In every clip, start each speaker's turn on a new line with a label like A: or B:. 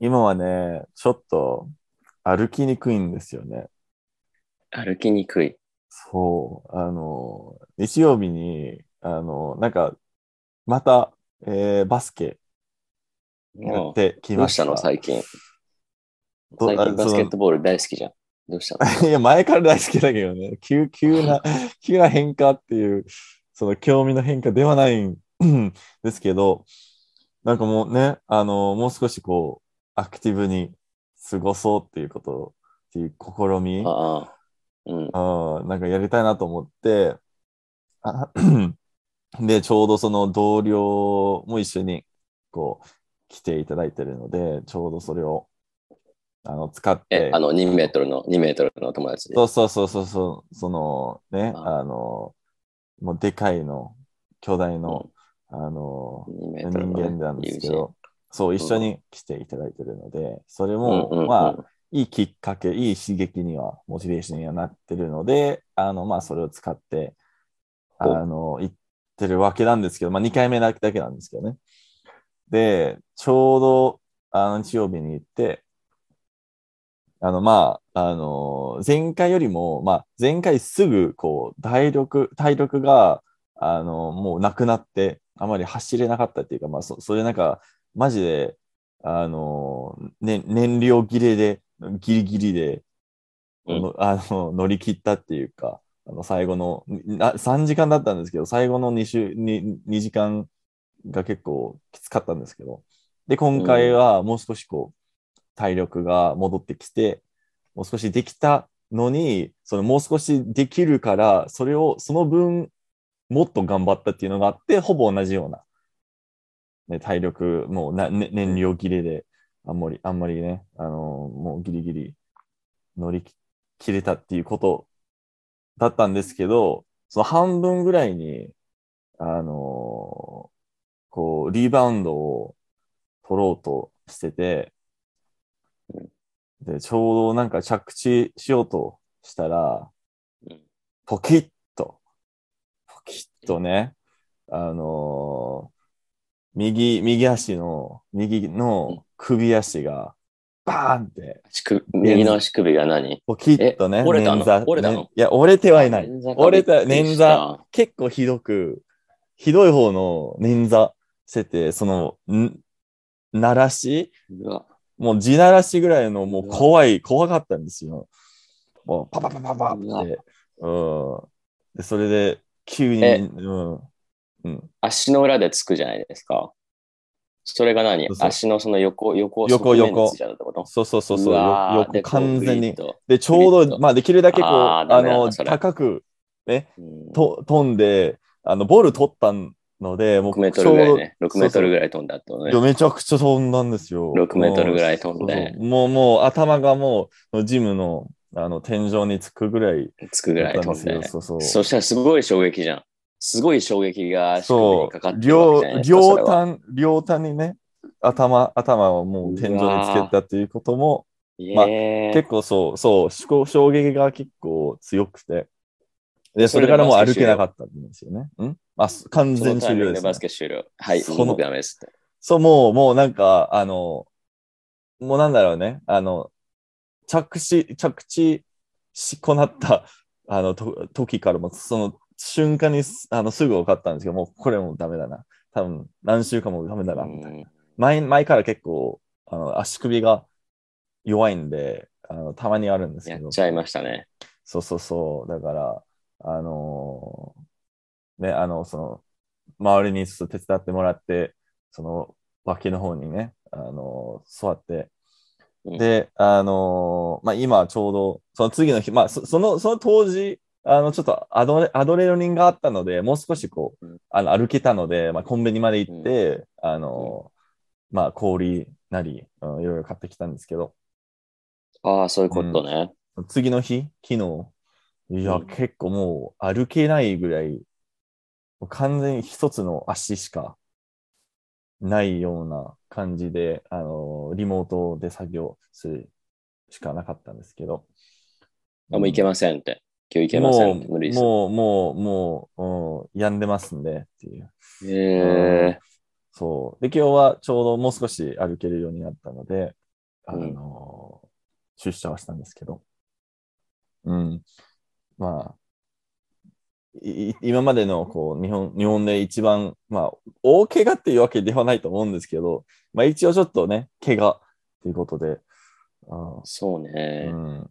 A: 今はね、ちょっと歩きにくいんですよね。
B: 歩きにくい。
A: そう。あの、日曜日に、あの、なんか、また、えーバスケや
B: も
A: っ
B: う
A: てき
B: ど
A: ま
B: う
A: し。
B: したたの最近。
A: ど
B: 最
A: あ
B: 近バスケッ
A: そ
B: トボール大好きじゃん。どうした の
A: のいや、前から大好きだけどね、急、急な、急な変化っていう、その興味の変化ではないんですけど、なんかもうね、あの、もう少しこう、アクティブに過ごそうっていうこと、っていう試み、
B: ああ。うん。
A: あーなんかやりたいなと思って、あ で、ちょうどその同僚も一緒にこう来ていただいてるので、ちょうどそれをあの使って、、
B: えあの、2メートルの、2メートルの友達で。
A: そうそうそうそうそう、そのね、
B: あ
A: あの、もうでかいの、巨大の、あの、
B: 2メートル
A: 人
B: の、
A: 間
B: ね、
A: なんですけ
B: 友人。
A: ど、そう、一緒に来ていただいてるので、それ
B: うん
A: も、
B: うんうん、
A: まあ、いいきっかけ、いい刺激には、モチベーションにはなってるので、あの、まあ、それを使って、あ
B: お
A: の、行ってるわけなんですけど、まあ、2回目だけだけなんですけどね。で、ちょうど、あの、日曜日に行って、あの、まあ、あの、前回よりも、まあ、前回すぐ、こう、体力、体力が、あの、もうなくなって、あまり走れなかったっていうか、まあ、そそれなんか、マジで、あの、ね、燃料切れで、ギリギリで、
B: うん
A: のあの 乗り切ったっていうか、あの最後のな3時間だったんですけど、最後の 2, 週に2時間が結構きつかったんですけど、で、今回はもう少しこう、体力が戻ってきて、もう少しできたのに、そのもう少しできるから、それを、その分、もっと頑張ったっていうのがあって、ほぼ同じような、ね、体力、もうな、ね、燃料切れで、あんまり、あんまりね、あのもうギリギリ乗り切れたっていうことだったんですけど、その半分ぐらいに、あのこう、リバウンドを取ろうとしてて、で、ちょうどなんか着地しようとしたら、
B: うん
A: ポキッと、ポキッとね、あのー右、右足の、右の首足が、バーンって、
B: 足首右の足首が何
A: ポキッとね、
B: え折れたの
A: 捻挫
B: 折れたの
A: ねいや、折れてはいない。
B: 捻挫か
A: 折れた捻挫。
B: あ
A: 結構ひどく、ひどい方の捻挫してて、その、ん鳴らし
B: うわ
A: もう地ならしぐらいのもう
B: うわ
A: 怖い、怖かったんですよ。もうパパパパパっ
B: うわ
A: て。うん。で、それで急に、
B: え
A: うん。うん、
B: 足の裏でつくじゃないですか。それが何
A: そうそう
B: 足のその横、横、
A: 横横
B: 側面についちゃうってこと
A: そうそうそうそうう、
B: わー
A: よ
B: で
A: く完全に。
B: こうグイッと
A: で、ちょう
B: グリッ
A: ど、
B: と
A: まあ、できるだけこう、
B: あ
A: あ
B: ーダメだな
A: の、
B: それ
A: 高く
B: うん
A: と飛んで、あの、ボール取ったので、も
B: 6
A: う
B: メー
A: ちょ
B: ト
A: う
B: ル
A: ど
B: ぐらいね。6メートル
A: そう
B: ぐらい飛んだってこと
A: そう
B: ね
A: いや。めちゃくちゃ飛んだんですよ。
B: 6メートルぐらい飛んで
A: そうそうもう、もう頭がもう、ジムの、あの、天井につくぐらい
B: つくぐ
A: だ
B: ら
A: っ
B: い
A: たん
B: 飛
A: ですよ。
B: んで。
A: そうそう。
B: そしたらすごい衝撃じゃん。すごい衝撃が足首
A: そ
B: にかかっ
A: う、
B: てるわ
A: 両
B: けじゃないですかそれ
A: 両
B: は
A: 端、両端にね、頭、頭をもう天井につけたということも、まあ
B: えー
A: 結構そう、そう、衝衝撃が結構強くて、で、そ
B: そ
A: れ
B: れで
A: からもう
B: バス
A: 歩
B: ケ
A: けなかったんですよね。んあ、す完
B: その
A: 全
B: タイ
A: 終
B: ミン
A: 了
B: グ
A: で、
B: ですバ
A: ね
B: ス。ケ終了。はい、
A: そ
B: そ
A: の
B: の僕ダメですって。
A: そう、もう、もうなんか、あの、もうなんだろうね、あの、着地、着地しこなった、 あの、と時からも、その瞬間にすあのすぐ分かったんですけど、もうこれもダメだな。多分、何週間もダメだな、みたいな。
B: うん
A: 前前から結構あの足首が弱いんであのたまにあるんです
B: や
A: けど
B: っちゃいましたね。
A: そうそうそうだからあのーねあのその周りにちょっと手伝ってもらってその脇の方にねあのー座って
B: うん
A: であのーまあ今ちょうどその次の日まあそそのその当時あのちょっとアドレアドレナリンがあったのでもう少しこう
B: うん
A: あの歩けたので、まあ、コンビニまで行って、あのーまあ氷なり、うん、いろいろ買ってきたんですけど
B: ああ、そういうことね。
A: 次の日、昨日、いや、
B: うん
A: 結構もう歩けないぐらい、もう完全に一つの足しかないような感じで、あの、リモートで作業するしかなかったんですけど。
B: あもういけ
A: ま
B: ませんって。今日いけませんって。
A: も
B: 無理
A: う、
B: です。
A: もう、もう、もう、うん病んでますんで、っていう。
B: えー
A: そう。で、今日はちょうどもう少し歩けるようになったので、あ
B: うん
A: の、出社はしたんですけど、うん。まあ、いい今までのこう日本日本で一番、まあ、大怪我っていうわけではないと思うんですけど、まあ、一応ちょっとね、怪我ということで、あ
B: そう
A: ー
B: ね。
A: うん、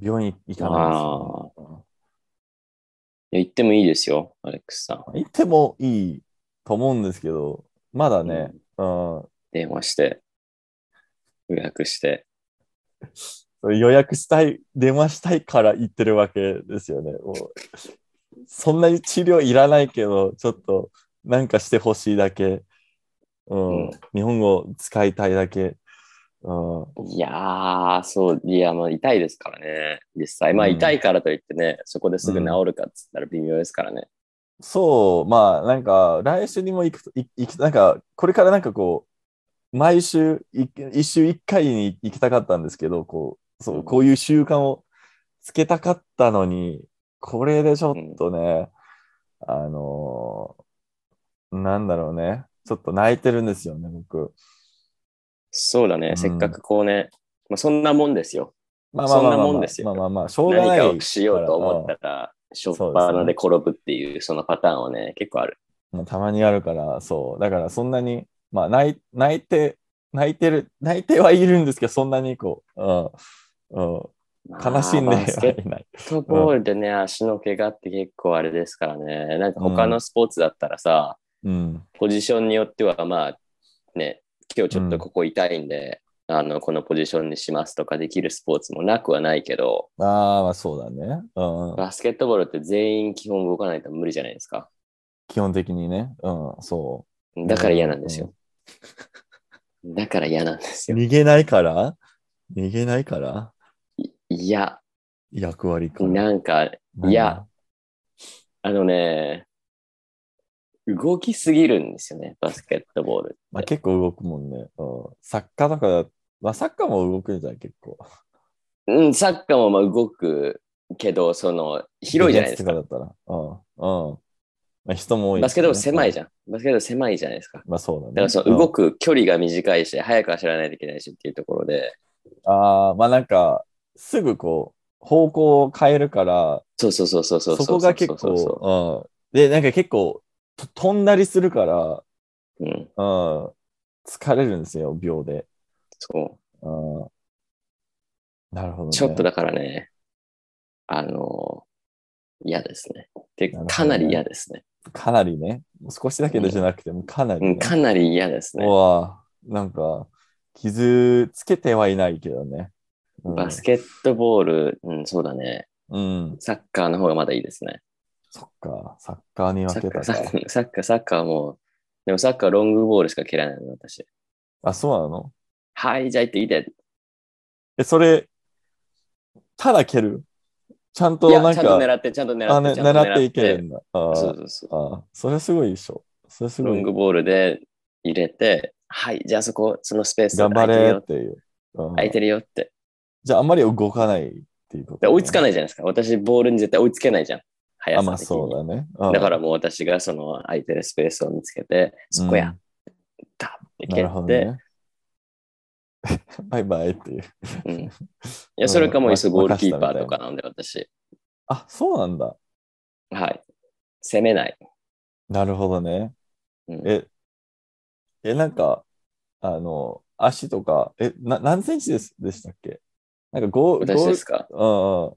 A: 病院行かないです、ね。
B: いや言ってもいいですよ、アレックスさん。
A: 行ってもいいと思うんですけど、まだね、うん
B: 電話して、予約して。
A: 予約したい、電話したいから行ってるわけですよね。もうそんなに治療いらないけど、ちょっとなんかしてほしいだけ、うん
B: うん
A: 日本語使いたいだけ、うん
B: いやー、そう、いや、まあ痛いですからね、実際。まあ
A: うん
B: 痛いからといってね、そこですぐ治るかっつったら微妙ですからね。
A: そう、まあなんか来週にも行くと、い行きなんかこれからなんかこう、毎週い一週一回に行きたかったんですけど、こう、そうう、
B: ん
A: こういう習慣をつけたかったのに、これでちょっとね、あのーなんだろうね、ちょっと泣いてるんですよね、僕。
B: そうだね、
A: うん
B: せっかくこうね、まあそんなもんですよ。
A: まあまあ
B: そん
A: まあ
B: な
A: まあ
B: もん
A: ま
B: です
A: あ、
B: よ
A: まあまあまあ、しょうが
B: 何
A: ない
B: かをしようと思
A: から
B: ったら、しょっ
A: そうですね
B: ぱなで転ぶっていう、そのパターンはね、結構ある。
A: まあ、たまにあるから、そう。だからそんなに、まあ泣い、泣いて、泣いてる、泣いてはいるんですけど、そんなにこう、うん、うん、悲しんで
B: まあ
A: は
B: バスケッ
A: いない。
B: トボールでね、足の怪我って結構あれですからね、なんか他のスポーツだったらさ、
A: うん、
B: ポジションによっては、まあ、ね、今日ちょっとここ痛いんで、あの、このポジションにしますとかできるスポーツもなくはないけど、
A: ああ、まあそうだね。うん、
B: バスケットボールって全員基本動かないと無理じゃないですか。
A: 基本的にね、うん、そ
B: だから嫌なんですよ。だから嫌なんです
A: う。
B: よ。
A: 逃げないから逃げないから
B: いいや、
A: 役割から。
B: なんか、
A: 何
B: いや、あのね、動きすぎるんですよね、バスケットボール。
A: まあ、結構動くもんね。うん、サッカーとかだ、まあサッカーも動くんじゃん、結構。
B: うん、サッカーもまあ動くけど、その、広いじゃないですか。
A: ディフェンスとかだったら。うん、うん。まあ、人も多い、
B: バスケットボール狭い
A: ゃ
B: じゃん。バスケットボール狭いじゃないですか。
A: ん。まあそうだね。
B: だからそ
A: うん
B: の動く距離が短いし、早く走らないといけないしっていうところで、
A: ああ、まあなんか、すぐこう、方向を変えるから、
B: そうそうそうそうそうう
A: そこが結
B: そうそ
A: 構、うん。で、なんか結構、と飛んだりするから、
B: ううん、
A: うん。疲れるんですよ、秒で。
B: そ
A: うん。なるほど、ね。
B: う。ちょっとだからね、あのー嫌ですね。て
A: なるほどね
B: かなり嫌ですね。
A: かなりね、少しだけでじゃなくて、もうかなり、
B: う
A: ね。
B: ん、かなり嫌です
A: う
B: ね。
A: わなんか、傷つけてはいないけどね。うん、
B: バスケットボール、うん、そうだね。
A: うん。
B: サッカーの方がまだいいですね。
A: そっか、サッカーに
B: サ
A: 分
B: ッ
A: け
B: カ
A: た
B: ー、サッ
A: か
B: カ。ー、サッカー、サッカーはもう、でもサッカーはロングボールしか蹴らないの、私。
A: あ、そうなの
B: はい、じゃあ行っていいで。
A: え、それ、ただ蹴るちゃんと
B: いや、
A: なん
B: ちゃんと
A: か、
B: 狙って、ちゃんと狙
A: あ
B: っ
A: ね、
B: て。ちゃんと
A: 狙っていけるんだ。あ
B: そう
A: ー
B: そうそう。
A: あー、それすごいでしょ。それす
B: ロ
A: ご
B: ン
A: い。
B: グボールで入れて、はい、じゃあそこ、そのスペース
A: 頑張
B: 空いてる
A: れ
B: よ
A: っていう。うん
B: 空いてるよって。
A: じゃあ、あんまり動かないっていうこと、
B: で追いつ
A: な
B: か
A: い。
B: ないじゃないですか。私、ボールに絶対追いつけないじゃん。速さ
A: あ、
B: 的に。
A: まあそうだね。、
B: だかららもう私がその空いてるスペースを見つけて、そこやったっ
A: う
B: て
A: ん。な
B: 蹴
A: るほ
B: っ
A: ど
B: て、
A: ね。 バイバイっていう。
B: うんいや、それかもういっそ
A: うん
B: ゴールキーパーとかなんで私。
A: あ、そうなんだ。
B: はい。攻めない。
A: なるほどね。
B: うん
A: え、え、なんか、あの、足とか、え、な何センチですでしたっけなんかゴー、
B: 私
A: ゴー
B: で
A: ル
B: す、か
A: うんうん。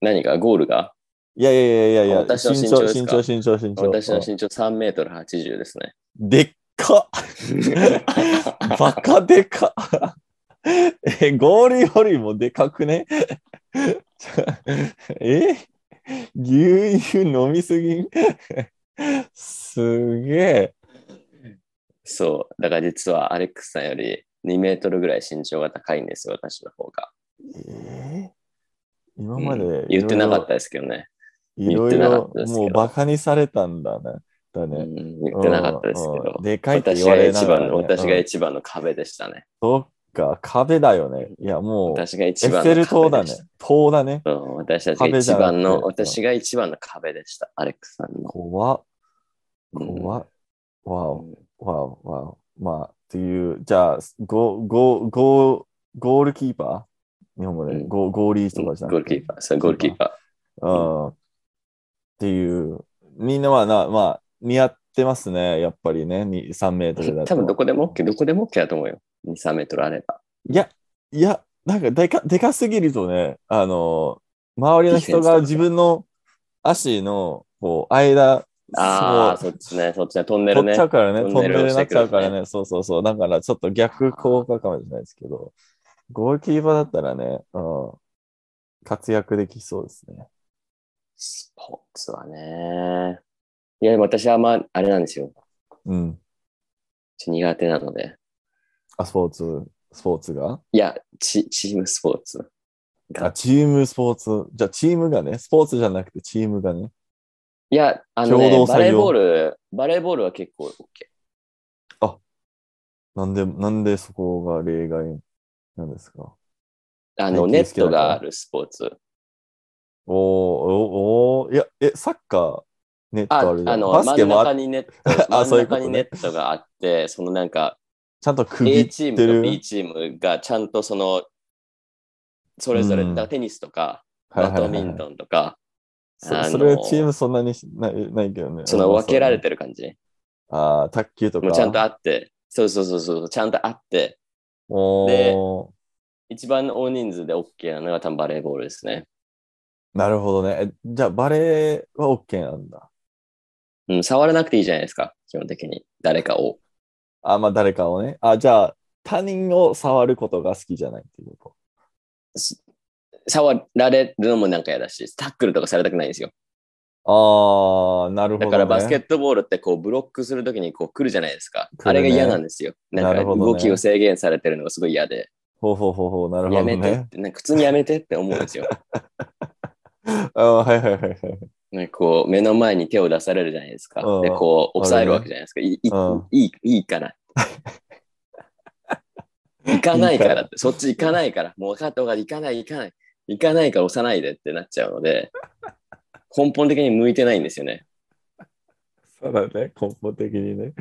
B: 何かゴールが
A: いやいやいやいやいや、
B: 私の身長ですか
A: 身長、身長、身長。
B: 私の
A: うん
B: 身長3メートル80で すね。
A: でっかバカでかえ、ゴールよりもでかくね ちょえ牛乳飲みすぎんすげえ。
B: そう。だから実はアレックスさんより2メートルぐらい身長が高いんですよ、私の方が。
A: えー今までいろいろ、
B: 言ってなかったですけどね。
A: いろい
B: 言ってなかっ
A: ろ
B: たですけど
A: もうバカにされたんだね。だ
B: う
A: ね。
B: ん言ってなかったですけ
A: うんうん
B: ど。
A: でかいって
B: 私
A: 言わ
B: が
A: れな
B: 一
A: が
B: 番
A: ら、ね。
B: の、私が
A: うん
B: 一番の壁でしたね。
A: そっか、壁だよね。いや、もう、エ
B: 私が一
A: ッ
B: 番
A: フェ
B: の
A: ル塔だ
B: 壁で
A: ね
B: した。。
A: 塔だね。
B: うん、私たちが一番の、私が一番の壁でした、アレックスさんの。
A: 怖っ。
B: うん
A: 怖っ。わお、
B: うん
A: わお、わお。まあ、っていう、じゃあ、ゴ、ゴ、ゴ、ゴールキーパー日本語で、
B: うん
A: ゴゴーリーと
B: ゴ
A: かじゃな
B: ー
A: く
B: ル
A: て
B: キ。ーパー、そう、ゴールキーパ
A: うんっていう、みんなはな、まあ、似合ってますね、やっぱりね、に3メートルだ
B: ー。
A: と。
B: 多分どこでも OK、どこでも OK だと思うよ。2、3メートルあれば。
A: いや、いや、なんかでか、でかすぎるとね、あの、周りの人が
B: ディフェンスとか
A: 自分の足の、こう、間、
B: ああ、
A: そう
B: そっちね、そっちね、トンネル
A: 取っ
B: ね
A: ちゃ。うからね、トン
B: トン
A: ネ
B: ネ
A: ル
B: ルを
A: に
B: し
A: なってち
B: くる
A: ゃ
B: ね
A: うからね、そうそうそう。だからちょっと逆効果かもしれないですけど、ゴールキーパーだったらね、うん、活躍できそうですね。
B: スポーツはね。いや、でも私はあんま、あれなんですよ。
A: うん。
B: ちょっと苦手なので。
A: あ、スポーツ、スポーツが
B: いや、チチームスポーツ。
A: あ、チームスポーツ。じゃあ、チームがね、スポーツじゃなくてチームがね。
B: いや、あの、
A: 共
B: ね、
A: 同作業
B: バレーボール、バレーボールは結構 OK。
A: なんで、なんでそこが例外なんですか
B: あの、ネ
A: 野球好
B: ッ
A: きだ
B: ト
A: から
B: があるスポーツ。
A: おーおーおーいや、え、サッカー、ネッ
B: あ、
A: トあるじゃ
B: あ
A: ん。
B: の、
A: バスケ
B: 真ん
A: も
B: 中
A: あ、
B: にネット 真
A: あそ
B: ん
A: ういうこと
B: 中
A: ね
B: にネットがあって、そのなんか、
A: ちゃんと区
B: A
A: 切
B: チー
A: って
B: ムと
A: る。
B: B チームがちゃんとその、それぞれ、
A: うん
B: だからテニスとか、
A: はい
B: バ
A: はいは
B: ド
A: い
B: ミントンとか、
A: そ
B: あの
A: それチームそんなにしないないけどね。
B: その分けられ
A: て。
B: てる感じ。
A: ああ、卓球とか。
B: もうちゃんとあって、そうそうそうそう、ちゃんとあって、
A: おー
B: 一番大人数で OK なのが多分バレーボールですね。
A: なるほどね。えじゃあ、バレーは OK なんだ。
B: うん、触らなくていいじゃないですか、基本的に。誰かを。
A: あ、まあ、誰かをね。あ、じゃあ、他人を触ることが好きじゃないっていうこ
B: 触られるのもなんか嫌だし、タックルとかされたくないんですよ。
A: と。ああ、なるほど、
B: だ
A: ね。
B: からバスケットボールってこうブロックするときにこう来るじゃないですか。
A: 来
B: あ
A: るね
B: れが嫌なんですよ。な
A: なんる
B: か
A: ほどね
B: 動きを制限されてるのがすごい嫌で、
A: ほうほうほうほう、なるほ
B: や
A: ど
B: めてっ
A: ね。
B: て、なんか普通にやめてって思うんですよ。
A: あはいはいはいはい。
B: なんかこう目の前に手を出されるじゃないですか。
A: うん
B: で、こう抑えるわけじゃないですか。いい
A: うん
B: いいいいかな。 行かないからって、そっち行かないから、もう分かった分かった、行かない行かない、行かないから押さないでってなっちゃうので、根本的に向いてないんですよね。
A: そうだね、根本的にね。。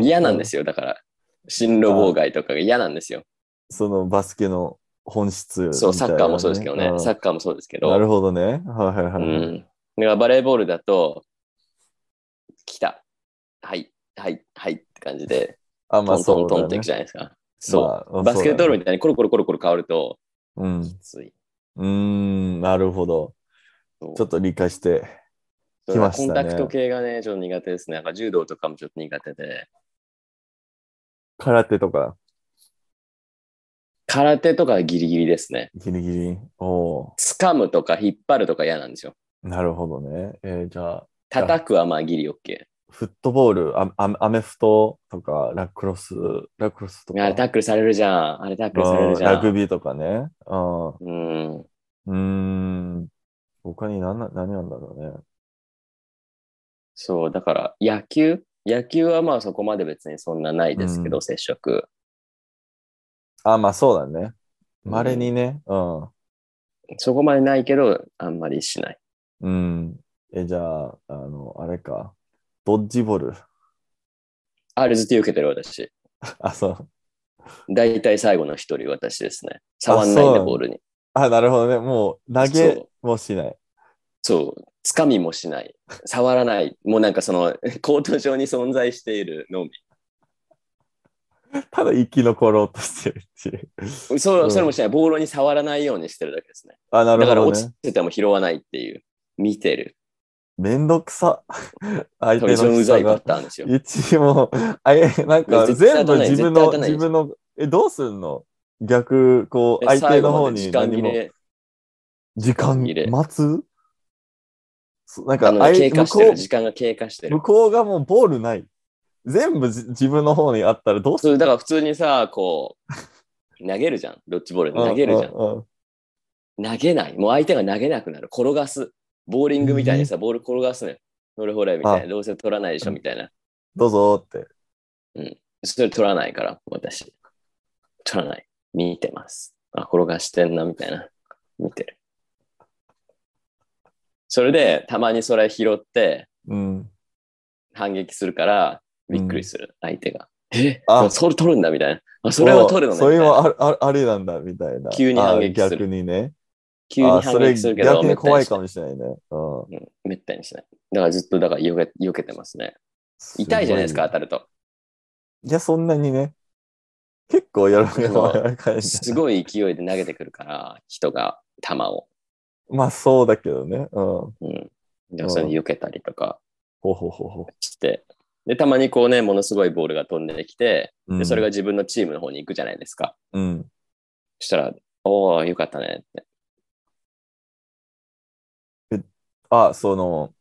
B: 嫌なんですすよ、だから。進路妨害とかが嫌なんですよ。
A: そのバスケの本質、
B: そう、サッカーもそうですけどね。サ
A: ッ
B: ッカーもそうですけ
A: なる
B: ど。
A: ほどね。はいはいうはい。
B: ん。だからバレーボールだと、来た。はい、はい、はいって感じで、
A: あ、ま
B: ト
A: あ
B: ント
A: そ
B: ン
A: うだ、ね、
B: トンっていくじゃないですか。そう。
A: まあ
B: バスケットボール
A: そ
B: みたいにコロコロコロコロ変わると、
A: うだね
B: きつい。
A: うん。うーん、なるほど。
B: そう
A: ちょっと理解して。
B: そう
A: 来ましたね
B: コンタクト系がね、ちょっと苦手ですね。なんか柔道とかもちょっと苦手で。
A: 空手とか、
B: 空手とかはギリギリですね。
A: ギリギリ。お
B: 掴むとか引っ張るとか嫌なんですよ。
A: ーなるほどね。えーじゃあ、
B: 叩くはまあギリ OK。
A: フットボール、ああアメフトとか、ラクロス、ラクロスとか、
B: あれタックルされるじゃん。あれタックルされるじゃん。
A: ラグビーとかね。うん
B: うん。
A: うーん。他に何な、何なんだろうね。
B: そう、だから野球野球はまあそこまで別にそんなないですけど、
A: う
B: 接触。
A: あ、まあそうだね。稀にね。うん。
B: そこまでないけど、あんまりしない。
A: うん。え、じゃあ、あの、あれか。ドッジボール。
B: あれずっと受けてる私。
A: あ、そう。
B: 大体最後の一人私ですね。触んないん
A: あ
B: で、
A: そう
B: ボールに。
A: あ、なるほどね。もう投げ
B: そ
A: もしない。
B: そう。掴みもしない。触らない。もうなんかその、 コート上に存在しているのみ。
A: ただ生き残ろうとしてるっていう。
B: そううんそれもしない。ボールに触らないようにしてるだけですね。
A: あ、なる
B: だ
A: ほ
B: から
A: ど
B: 落ち
A: ね。
B: てても拾わないっていう。見てる。
A: めんどくさ。 相
B: 多
A: 手
B: 分一番
A: の
B: うざ
A: 人
B: いパ
A: が。
B: ターンですよ。
A: 一応、あえ、なんか
B: 絶対
A: 全
B: 当た
A: 部
B: んない
A: 自分の、
B: 絶対当たんない
A: 自分の、え、どうすんの逆、こう、
B: え
A: 相手の
B: 最後
A: 方
B: まで
A: に
B: 時間
A: 何
B: 切
A: も。
B: れ。
A: 時間
B: 入れ
A: 待つそうなんか
B: あの
A: あい
B: 経過
A: 向
B: して
A: こ
B: る。
A: う
B: 時間が経過してる
A: 向。こうがもうボールない。全部じ自分の方にあったらどうす
B: そ
A: る
B: うだから普通にさ、こう、投げるじゃん。ドッジボールで投げるじゃん。
A: ううう
B: 投げない。もう相手が投げなくなる。転がす。ボーリングみたいにさ、ボール転がすのよ。ほれほれみたいな。どうせ取らないでしょみたいな。
A: どうぞって。
B: それ取らないから、私。取らない。見てます。あ、転がしてんな、みたいな。見てる。それで、たまにそれ拾って
A: うん。
B: 反撃するから、びっくりする、相手が。え
A: あ
B: それ取るんだみたいな。あそれは取るのね。
A: それ
B: みたいな
A: はあああれなんだ、みたいな。
B: 急に反撃する
A: あ逆にね。
B: 急に反撃するけ
A: あ
B: ど、
A: それ逆
B: め
A: に
B: った
A: 怖
B: に
A: い
B: しな
A: か
B: い。
A: もしれないね。うん
B: うんめったにしない。だからずっと、だから避け、避けてますね。痛いじゃないですか、当たると。
A: いや、そんなにね。結構やらかい。
B: でも
A: 柔らか いんだ
B: すごい勢いで投げてくるから、人が、球を。
A: まあ、そうだけどね。うん。ほ
B: うん。でもそれに避けたりとか
A: うほうほうほ
B: して。で、たまにこうね、ものすごいボールが飛んできて、
A: う。
B: で、それが、自分のチームの方に行くじゃないですか。
A: うん。
B: そしたら、おー、よかったねって。
A: あ、その、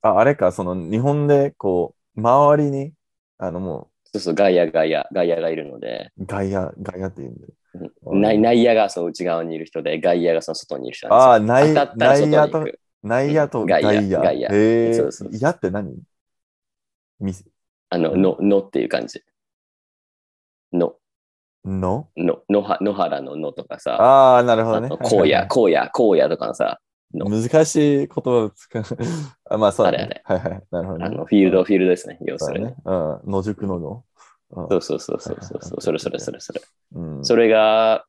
A: あ、あれか、その、日本で、こう、周りに、あの、も
B: そうそう、外野、外野、外野がいるので、
A: う、外野、外野って言うんだよ。うん
B: 内内野がその内側にいる人で、外野がその外にいる人
A: ああ、
B: なん
A: 内
B: ですよ。当たったら外
A: 内
B: に
A: 野
B: 行
A: と、
B: く。
A: 内野と
B: うん
A: 外
B: 外野
A: 野。
B: 外野
A: へえ
B: そうそうそう
A: 野って何み
B: あの、の、のっていう感じ。の、
A: の
B: の、のは野原ののとかさ、
A: ああ、なるほど
B: あ
A: ね。
B: と、荒野、荒野、荒野とかのさ、の
A: 難しい言葉を使う。 あまあ、そうだ
B: あ
A: ね
B: れ。
A: はいはい。なるほどね。
B: あの、フィールド、フィールドですね、要
A: そ
B: す
A: う
B: る
A: だ
B: に
A: ね。。うん。野宿のの。うん
B: そうそうそうそうそうそう、それそれそれそれ。
A: うん
B: それが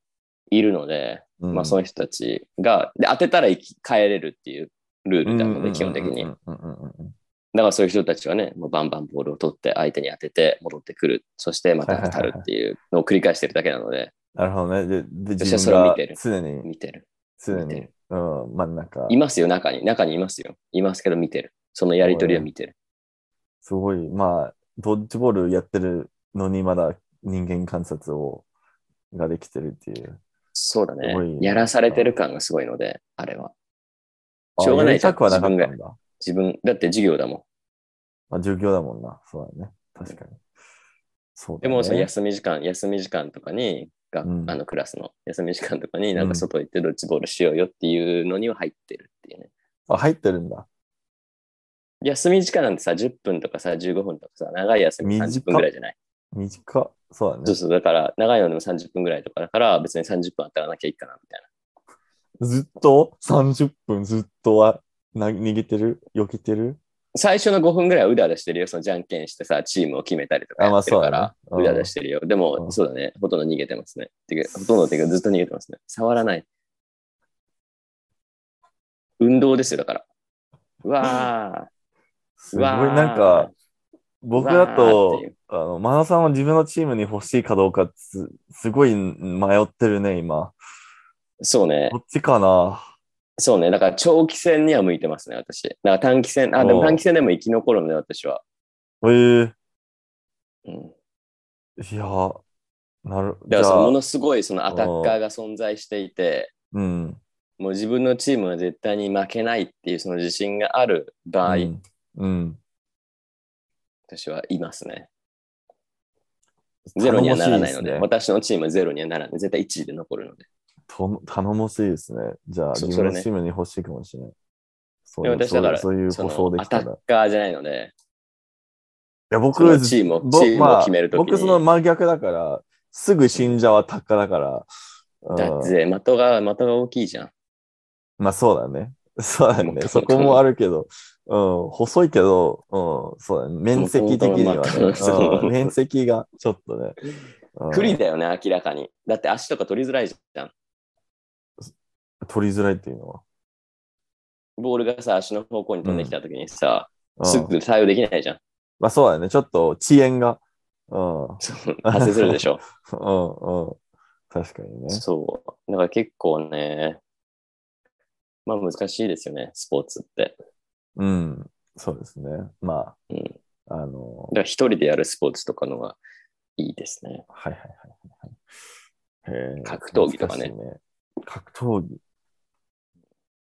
B: いるので、
A: うん
B: まあその人たちが、で当てたら生き帰れるっていうルールなので、基本的に。
A: うんうんうんうんうん
B: だからそういう人たちはね、もうバンバンボールを取って、相手に当てて、戻ってくる、そしてまた当たるっていうのを繰り返してるだけなので、
A: なるほどね。で、で
B: 私
A: 自
B: は
A: 分
B: それを
A: が
B: 見てる
A: 常に、
B: 見てる。
A: 常
B: 見て
A: に
B: る、
A: うん、真ん中。
B: いますよ、中に。中にいますよ。いますけど見てる。そのやりとりを見てる。
A: すごい、まあ、ドッジボールやってるのに、まだ人間観察を、ができてるっていう。
B: そうだ
A: すごい
B: ね。やらされてる感がすごいので、あれは。
A: あ
B: しょうが
A: や
B: ない
A: り
B: じゃん
A: たくはなかった
B: 自
A: んだ。
B: 自分、だって授業だもん。
A: まあ、授業だもんな。そうだね。確かに。そうだ
B: でも
A: ね。
B: その休み時間、休み時間とかに、が
A: うん
B: あのクラスの休み時間とかになん
A: うん
B: か外行ってドッジボールしようよっていうのには入ってるっていうね。
A: あ、入ってるんだ。
B: 休み時間なんてさ、10分とかさ、15分とかさ、長い休み30分ぐらいじゃない。
A: 短っ。そうだね。
B: そうそう、だから長いのでも30分ぐらいとかだから、別に30分当たらなきゃいいかなみたいな。
A: ずっと30分ずっとはな逃げてる避けてる
B: 最初の5分ぐらいはうだうだしてるよ。そのじゃんけんしてさ、チームを決めたりとか
A: あま
B: や
A: あ
B: ってるから、
A: そうだ
B: う
A: ねうん
B: だうだしてるよ。で
A: う
B: も、
A: ん
B: そうだね。ほとんど逃げてますね。てかほとんどっていうかずっと逃げてますね。触らない。運動ですよ、だから。うわ
A: す
B: ー。
A: ごい
B: わー
A: なんか、僕だ
B: わーっ
A: と
B: ていう
A: あの真田さんは自分のチームに欲しいかどうかすすごい迷ってるね今
B: そうね
A: こ。っちかな
B: そうね。だから長期戦には向いてますね、私。だから短期戦、あ、で
A: お
B: も
A: う
B: 短期戦でも生き残るので、私は。
A: えー、
B: うん、
A: いやなるじ
B: だ
A: ゃ
B: からその
A: あ
B: ものすごいそのアタッカーが存在していて、
A: うん
B: もう自分のチームは絶対に負けないっていうその自信がある場合、
A: うん、うん、
B: 私はいますね。ゼロにはならないの
A: 頼もしいですね
B: で、私のチームはゼロにはならない。絶対1位で残るので。
A: と 頼もしいですねじゃあ
B: そ
A: 自
B: それ
A: 分
B: ね
A: のチームに欲しいかもしれないそう
B: で
A: い
B: も
A: う
B: 私だから、
A: そういうそういう
B: の
A: ご想で
B: ア
A: き
B: タ
A: た
B: ッ
A: らい
B: カーじゃないので、
A: や
B: そ
A: 僕
B: のチームを
A: ぼ
B: チームを決めるとき
A: 僕その
B: に、
A: 真逆だから、すぐ死んじゃうはタッカだから。うん
B: だって的が、的が大きいじゃん。
A: まあそうだね。そうだ
B: も
A: ね。
B: と
A: そこもあるけど、うん、細いけど、うん、そうだね。面積的には
B: もともとのまあ
A: ね。
B: そ
A: うん
B: う
A: 面積がちょっとね。うん
B: 不利だよね、明らかに。だって足とか取りづらいじゃん。
A: 取りづらいっていうのは。
B: ボールがさ、足の方向に飛んできたときにさ、
A: うん
B: すぐ対応できないじゃん。
A: まあそうだね。ちょっと遅延が。うん、うん、うん。
B: そう発生するでしょ。
A: 確かにね。
B: そう。だから結構ね、まあ難しいですよね、スポーツって。
A: うん、そうですね。ま
B: うん、だ
A: あ、あの
B: か、ら一人でやるスポーツとかのがいいですね。
A: はいはいはいはいはい。へー
B: 格闘技とかね。
A: 懐しい格闘技。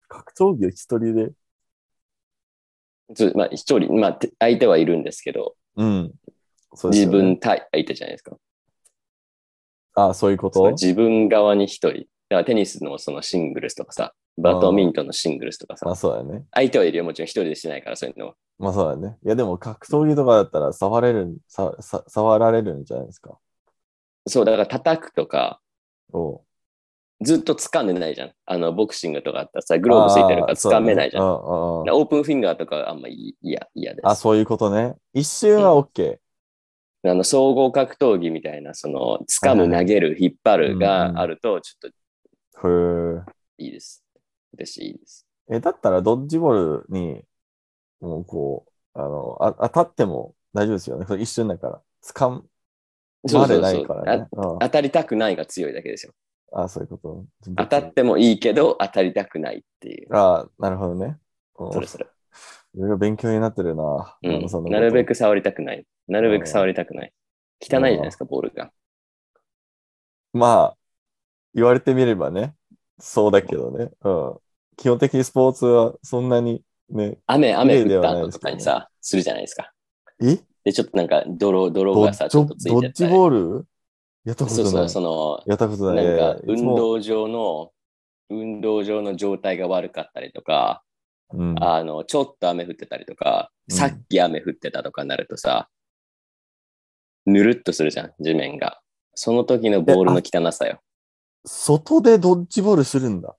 A: 格闘技を一人で。
B: ずまあ一人、まあて相手はいるんですけど、
A: うん。そうです
B: 自
A: よね
B: 分対相手じゃないですか。
A: あそういうこ
B: そう
A: と
B: 自分側に一人。だからテニスのそのシングルスとかさ、バドミントンのシングルスとか
A: ま
B: さ
A: あ、そうだね。
B: 相手はいるよ、もちろん一人でしないから、そういうのは。
A: まあそうだね。いやでも格闘技とかだったら触れる、ささ触られるんじゃないですか。
B: そう、だから叩くとか、
A: おう
B: ずっと掴んでないじゃん。あの、ボクシングとかあったらさ、グローブついてるから
A: あーそうだ
B: 掴
A: ね
B: めないじゃん。
A: う
B: だか
A: んうんうん
B: らオープンフィンガーとかあんまいい嫌、嫌です。
A: あ、そういうことね。一瞬は OK。
B: あの総合格闘技みたいな、その、掴む、投げる、引っ張るがあると、ちょっと
A: へー
B: いいです。私、いいです。
A: え、だったらドッジボールに、もうこう、あの、あ当たっても大丈夫ですよね。それ一瞬だから。掴んまれないからね。うん
B: あ当たりたくないが強いだけですよ。
A: あ、そういうこと。
B: 当たってもいいけど、当たりたくないっていう。
A: あなるほどね。うん
B: それそれ。
A: いろいろ勉強になってるな。
B: う
A: マ
B: ん
A: マさんのこと
B: なるべく触りたくない。なるべく触りたくない。汚いじゃないですか、ボールが。
A: まあ、言われてみればね、そうだけどね。うん。基本的にスポーツはそんなにね、
B: 雨、雨降った
A: 綺麗
B: 後とか
A: ではないで
B: に
A: すけど
B: さ、するじゃないですか。
A: え
B: で、ちょっとなんか泥、泥
A: ド
B: が
A: ッ
B: さ、
A: ジ
B: ちょっとつ
A: ド
B: いちゃ
A: ッ
B: っ
A: ジ
B: たり。
A: ボールやったこと
B: そうそ
A: な
B: う、
A: い。
B: その、
A: やったことない。
B: なんか
A: いやいやいつ
B: 運
A: も
B: 動場の、運動場の状態が悪かったりとか、
A: うん、
B: あの、ちょっと雨降ってたりとか、
A: うん
B: さっき雨降ってたとかになるとさ、ぬるっとするじゃん、地面が。その時のボールの汚さよ。
A: 外でドッジボールするんだ。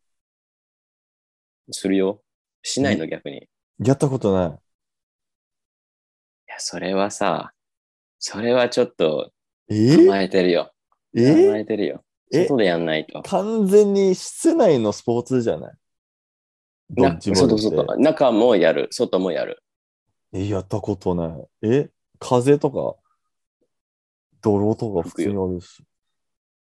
B: するよ。しないの逆に。い
A: やったことない。
B: や、それはさ、それはちょっと
A: え
B: 甘えてるよ。甘
A: え
B: えてるよ。
A: え
B: 外でやんないと。
A: 完全に室内のスポーツじゃないドッ
B: な
A: ジボール
B: 外
A: って
B: 外中もやる、外もやる。
A: え、やったことない。え、風とか、泥とか普通にあるし。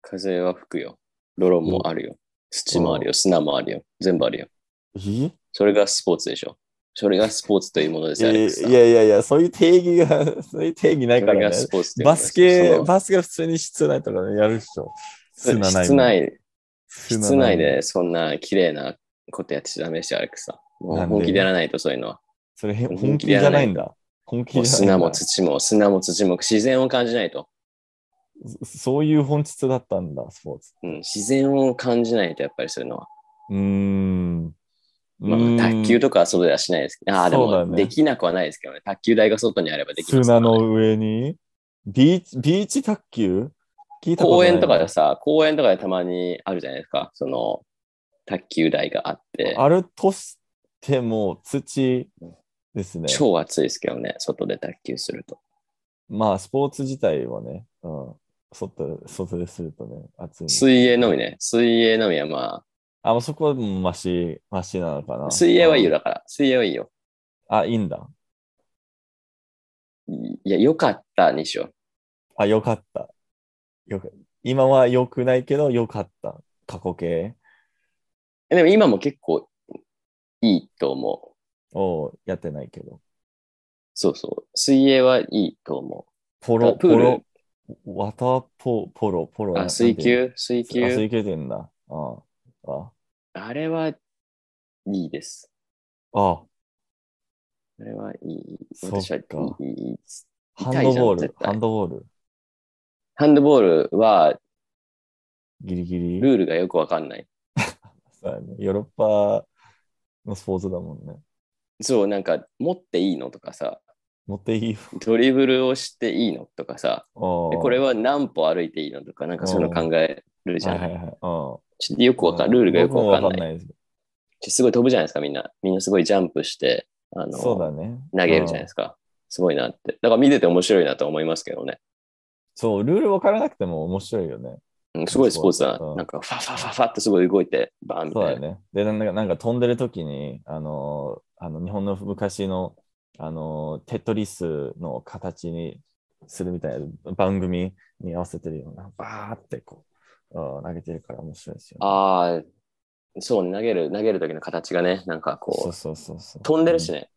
B: 風は吹くよ。泥もあるよ。土もあるよ。砂もあるよ。全部あるよ。
A: え
B: それがスポーツでしょ。それがスポーツというものです、アレッ
A: え
B: クスさん
A: いやいやいや、そういう定義が、 そういう定義ないか
B: それ
A: ら
B: が
A: ね
B: ス。ポーツというもの
A: バ
B: です
A: スケ
B: そ、の
A: バスケは普通に室内とかでやるでしょ。砂ない
B: 室内、
A: 室
B: 室内で。そんな綺麗なことやってちゃダメでしょ、アレックスさん。もう
A: なんで
B: 本気でやらないと、そういうのは。
A: それへ
B: 本気
A: 本気じゃないんだ。本気じゃないん
B: もう
A: だ
B: 砂も土も、砂も土も、自然を感じないと。
A: そういう本質だったんだ、スポーツ。
B: うん、自然を感じないと、やっぱりそういうのは。
A: うーん。
B: まあ、
A: うーん
B: 卓球とかは外ではしないですけど、ああ、で
A: そうだ
B: も、
A: ね
B: できなくはないですけどね。卓球台が外にあればできますから
A: 砂
B: ね、
A: の上にビーチ、ビーチ卓球聞いたこと
B: 公
A: ない
B: 園とかでさ、公園とかでたまにあるじゃないですか。その、卓球台があって、
A: あるとしても土ですね。
B: 超暑いですけどね、外で卓球すると。
A: まあ、スポーツ自体はね、うん、外外でするとね、暑いんで。
B: 水泳のみね、水泳のみはま
A: あ、もうそこはもうマシ、マシなのかな。
B: あ、水泳はいいよ、だから、水泳はいいよ。
A: あ、いいんだ。
B: いや、よかったにしよう。
A: あ、よかった。よか今は良くないけど、よかった。過去形
B: えでも今も結構いいと思う。
A: をやってないけど。
B: そうそう。水泳はいいと思
A: ポ
B: う。
A: ロ、
B: プ
A: ポ
B: ー
A: ロ
B: ル、、
A: ワタポ、ポロ、ポロ。なん
B: あ、
A: て
B: 水
A: いう
B: 球、水
A: あ水
B: 球。
A: 球って言うんだ。ああ。
B: あれはいいです。
A: ああ。
B: あれはいい。
A: そっか
B: 私はいいいいです。
A: ハンドボー
B: 痛いじゃん
A: ル
B: 絶、対
A: ハンドボール。
B: ハンドボールは
A: ギリギリ。
B: ルールがよくわかんない。
A: そうだねヨーロッパのスポーツだもんね。
B: そう、なんか持っていいのとかさ、
A: 持っていいよ。
B: ドリブルをしていいのとかさ、え
A: こ
B: これは何歩歩いていいのとか、なんかそういうの考えるじゃ
A: は
B: ないい。
A: はいはい。うん
B: ちょっとよくわかんルールがよくわかん
A: 僕も
B: ない。
A: ないですけ
B: すごい飛ぶじゃないですか、みんな。みんなすごいジャンプして、あ
A: ど
B: の、
A: そうだね。
B: 投げるじゃないですか。すごいなって。だから見てて面白いなと思いますけどね。
A: そう、ルール分からなくても面白いよね。
B: うん、すごいスポーツだ
A: そうそう
B: な。なんか、ファファファファってすごい動いて、バーンみ
A: そうだ
B: たい
A: よ
B: な。
A: ね。で、なんかなんか飛んでる時に、あのー、あの日本の昔の、あのー、テトリスの形にするみたいな番組に合わせてるような、バーってこう、うん投げてるから面白いですよ、ね。
B: ああ、そうね、投げる、投げる時の形がね、なん
A: そ
B: かこ
A: うそうそうそう。
B: う、飛んでるし
A: ね。
B: ね。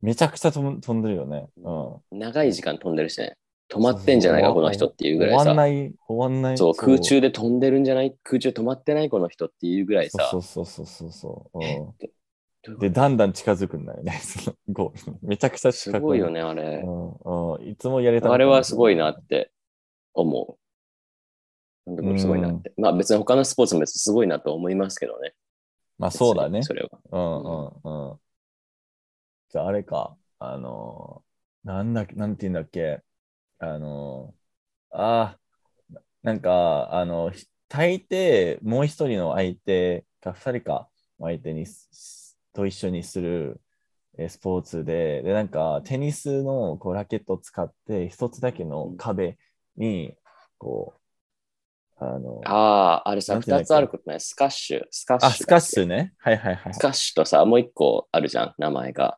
A: めちゃくちゃ飛ん飛んでるよね。うん。
B: 長い時間飛んでるしね。止まってんじゃないか、
A: そうそ
B: こ
A: う
B: の人っていうぐ
A: 終
B: らい
A: わんな
B: さ。
A: い、終わんない。
B: そう、空中で飛んでるんじゃない空中止まってない、この人っていうぐらいさ。
A: そうそうそうそうそうそう、
B: どういううんこと
A: で、だんだん近づくんだよね。 そのゴールめちゃくちゃ近
B: す
A: くなる
B: ごいよ。ね、あれ。
A: うんうん、いつもやれた
B: あれはすごいなって思う。なんでもすごいなって。まあ別に他のスポーツも別にすごいなと思いますけどね。
A: まあそうだね
B: 別に。それは。
A: うんうんうん。じゃああれか、あのーなんだっけ、なんて言うんだっけ、あのーあーななんか、あの、ひ大抵、もう一人の相手か、二人か、相手にす、と一緒にする、ええースポーツで、で、なんかテニスのこうラケットを使って、一つだけの壁に、こう、あの、
B: ああ、あれさ、
A: なんていうんだ
B: 二
A: っけ
B: つあることない。スカッシュ。スカッシュだ
A: あ、
B: っけ。
A: スカッシュね。はいはいはい
B: ス。カッシュとさ、もう一個あるじゃん、名前が。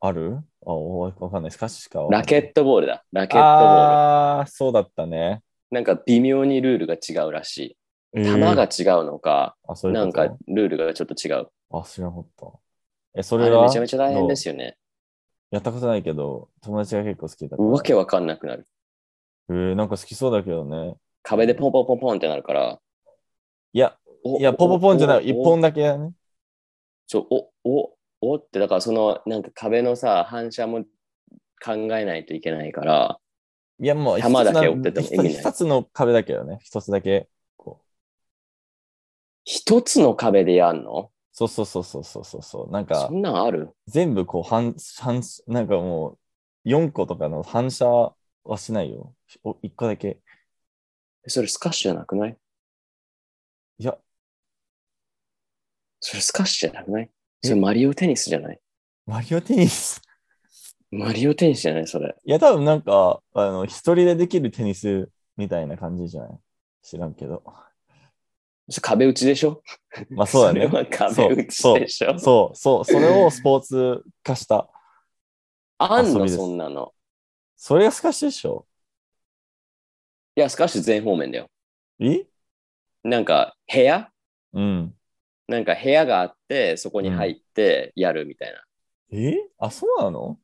A: あるあ、おわかんない。スカッシュしかわかんない
B: ラケットボールだ。ラケットボール。
A: ああ、そうだったね。
B: なんか微妙にルールが違うらしい。球
A: えー
B: が違うのか、
A: あ、そういう
B: なん
A: こと
B: かルールがちょっと違う。
A: あ、知らなかった。え、そ
B: あ
A: れ
B: れ
A: は
B: めちゃめちゃ大変ですよね。
A: やったことないけど、友達が結構好きだから。
B: わけわかんなくなる。
A: えーなんか好きそうだけどね。
B: 壁でポンポンポンポンってなるから。
A: いや、
B: お
A: いや、ポンポンポンじゃない。一。
B: おお
A: 本だけだね。
B: そうお、お、おって、だからその、なんか壁のさ、反射も考えないといけないから、
A: いや、もう一つ
B: 玉
A: な、
B: だけ追ってても意味ない
A: 一つ一つの壁だけどね。一つだけ。こう
B: 一つの壁でやんの
A: そうそうそうそうそうそうそう。なんか
B: そ、んなんある
A: 全部こう、反、反、なんかもう、4個とかの反射はしないよ。お1個だけ。
B: それスカッシュじゃなくない
A: いや、
B: それスカッシュじゃなくないそれマリオテニスじゃない
A: マリオテニス。
B: マリオテニスじゃないそれ。
A: いや、多分なんか、あの、一人でできるテニスみたいな感じじゃない知らんけど。
B: それ壁打ちでしょ
A: まあそうだね
B: そ。れは壁打ちでしょ
A: そう、そう、それをスポーツ化した。
B: あん
A: 遊び
B: の
A: です
B: そんなの。
A: それがスカッシュでしょ
B: いや、スカッシュ全方面だよ。
A: え
B: なんか部屋
A: うん。
B: なんか部屋があって、そこに入ってやるみたいな。
A: えあ、そうなの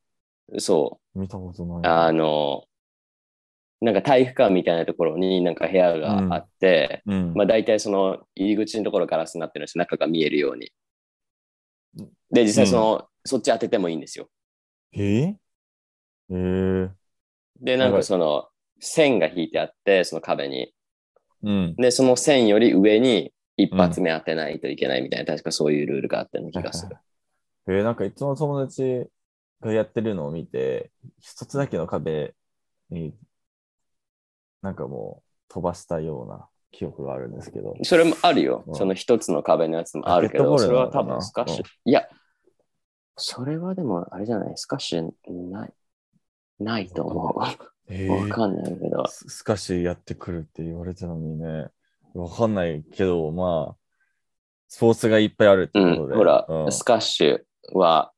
B: そ
A: 見たこと
B: う。
A: ない。
B: あの、なんか体育館みたいなところになんか部屋があって、
A: うん。
B: まあ大体その入り口のところガラスになってるし、中が見えるように
A: うん。
B: で、実際その、そっち当ててもいいんですよ。
A: ええー
B: で、なん
A: は
B: か
A: い
B: その、線が引いてあって、その壁に。
A: うん。
B: で、その線より上に一発目当てないといけないみたいな、確かそういうルールがあったような気がする。
A: えーなんかいつも友達がやってるのを見て、一つだけの壁に、なんかもう飛ばしたような記憶があるんですけど。
B: それもあるよ。
A: うん
B: その一つの壁のやつもあるけど、
A: ラケッ
B: そ
A: ト
B: れ
A: ボー
B: は
A: ルな
B: 多
A: のかな
B: 分スカッシュ。
A: う
B: いや、それはでもあれじゃない、スカッシュない。ないと思う。
A: え
B: わかんないけど。
A: ススカッシュやってくるって言われたのにね、わかんないけど、まあ、スポーツがいっぱいあるって
B: う
A: こ
B: ん
A: と、で。
B: ほら、
A: うん
B: スカッシュ は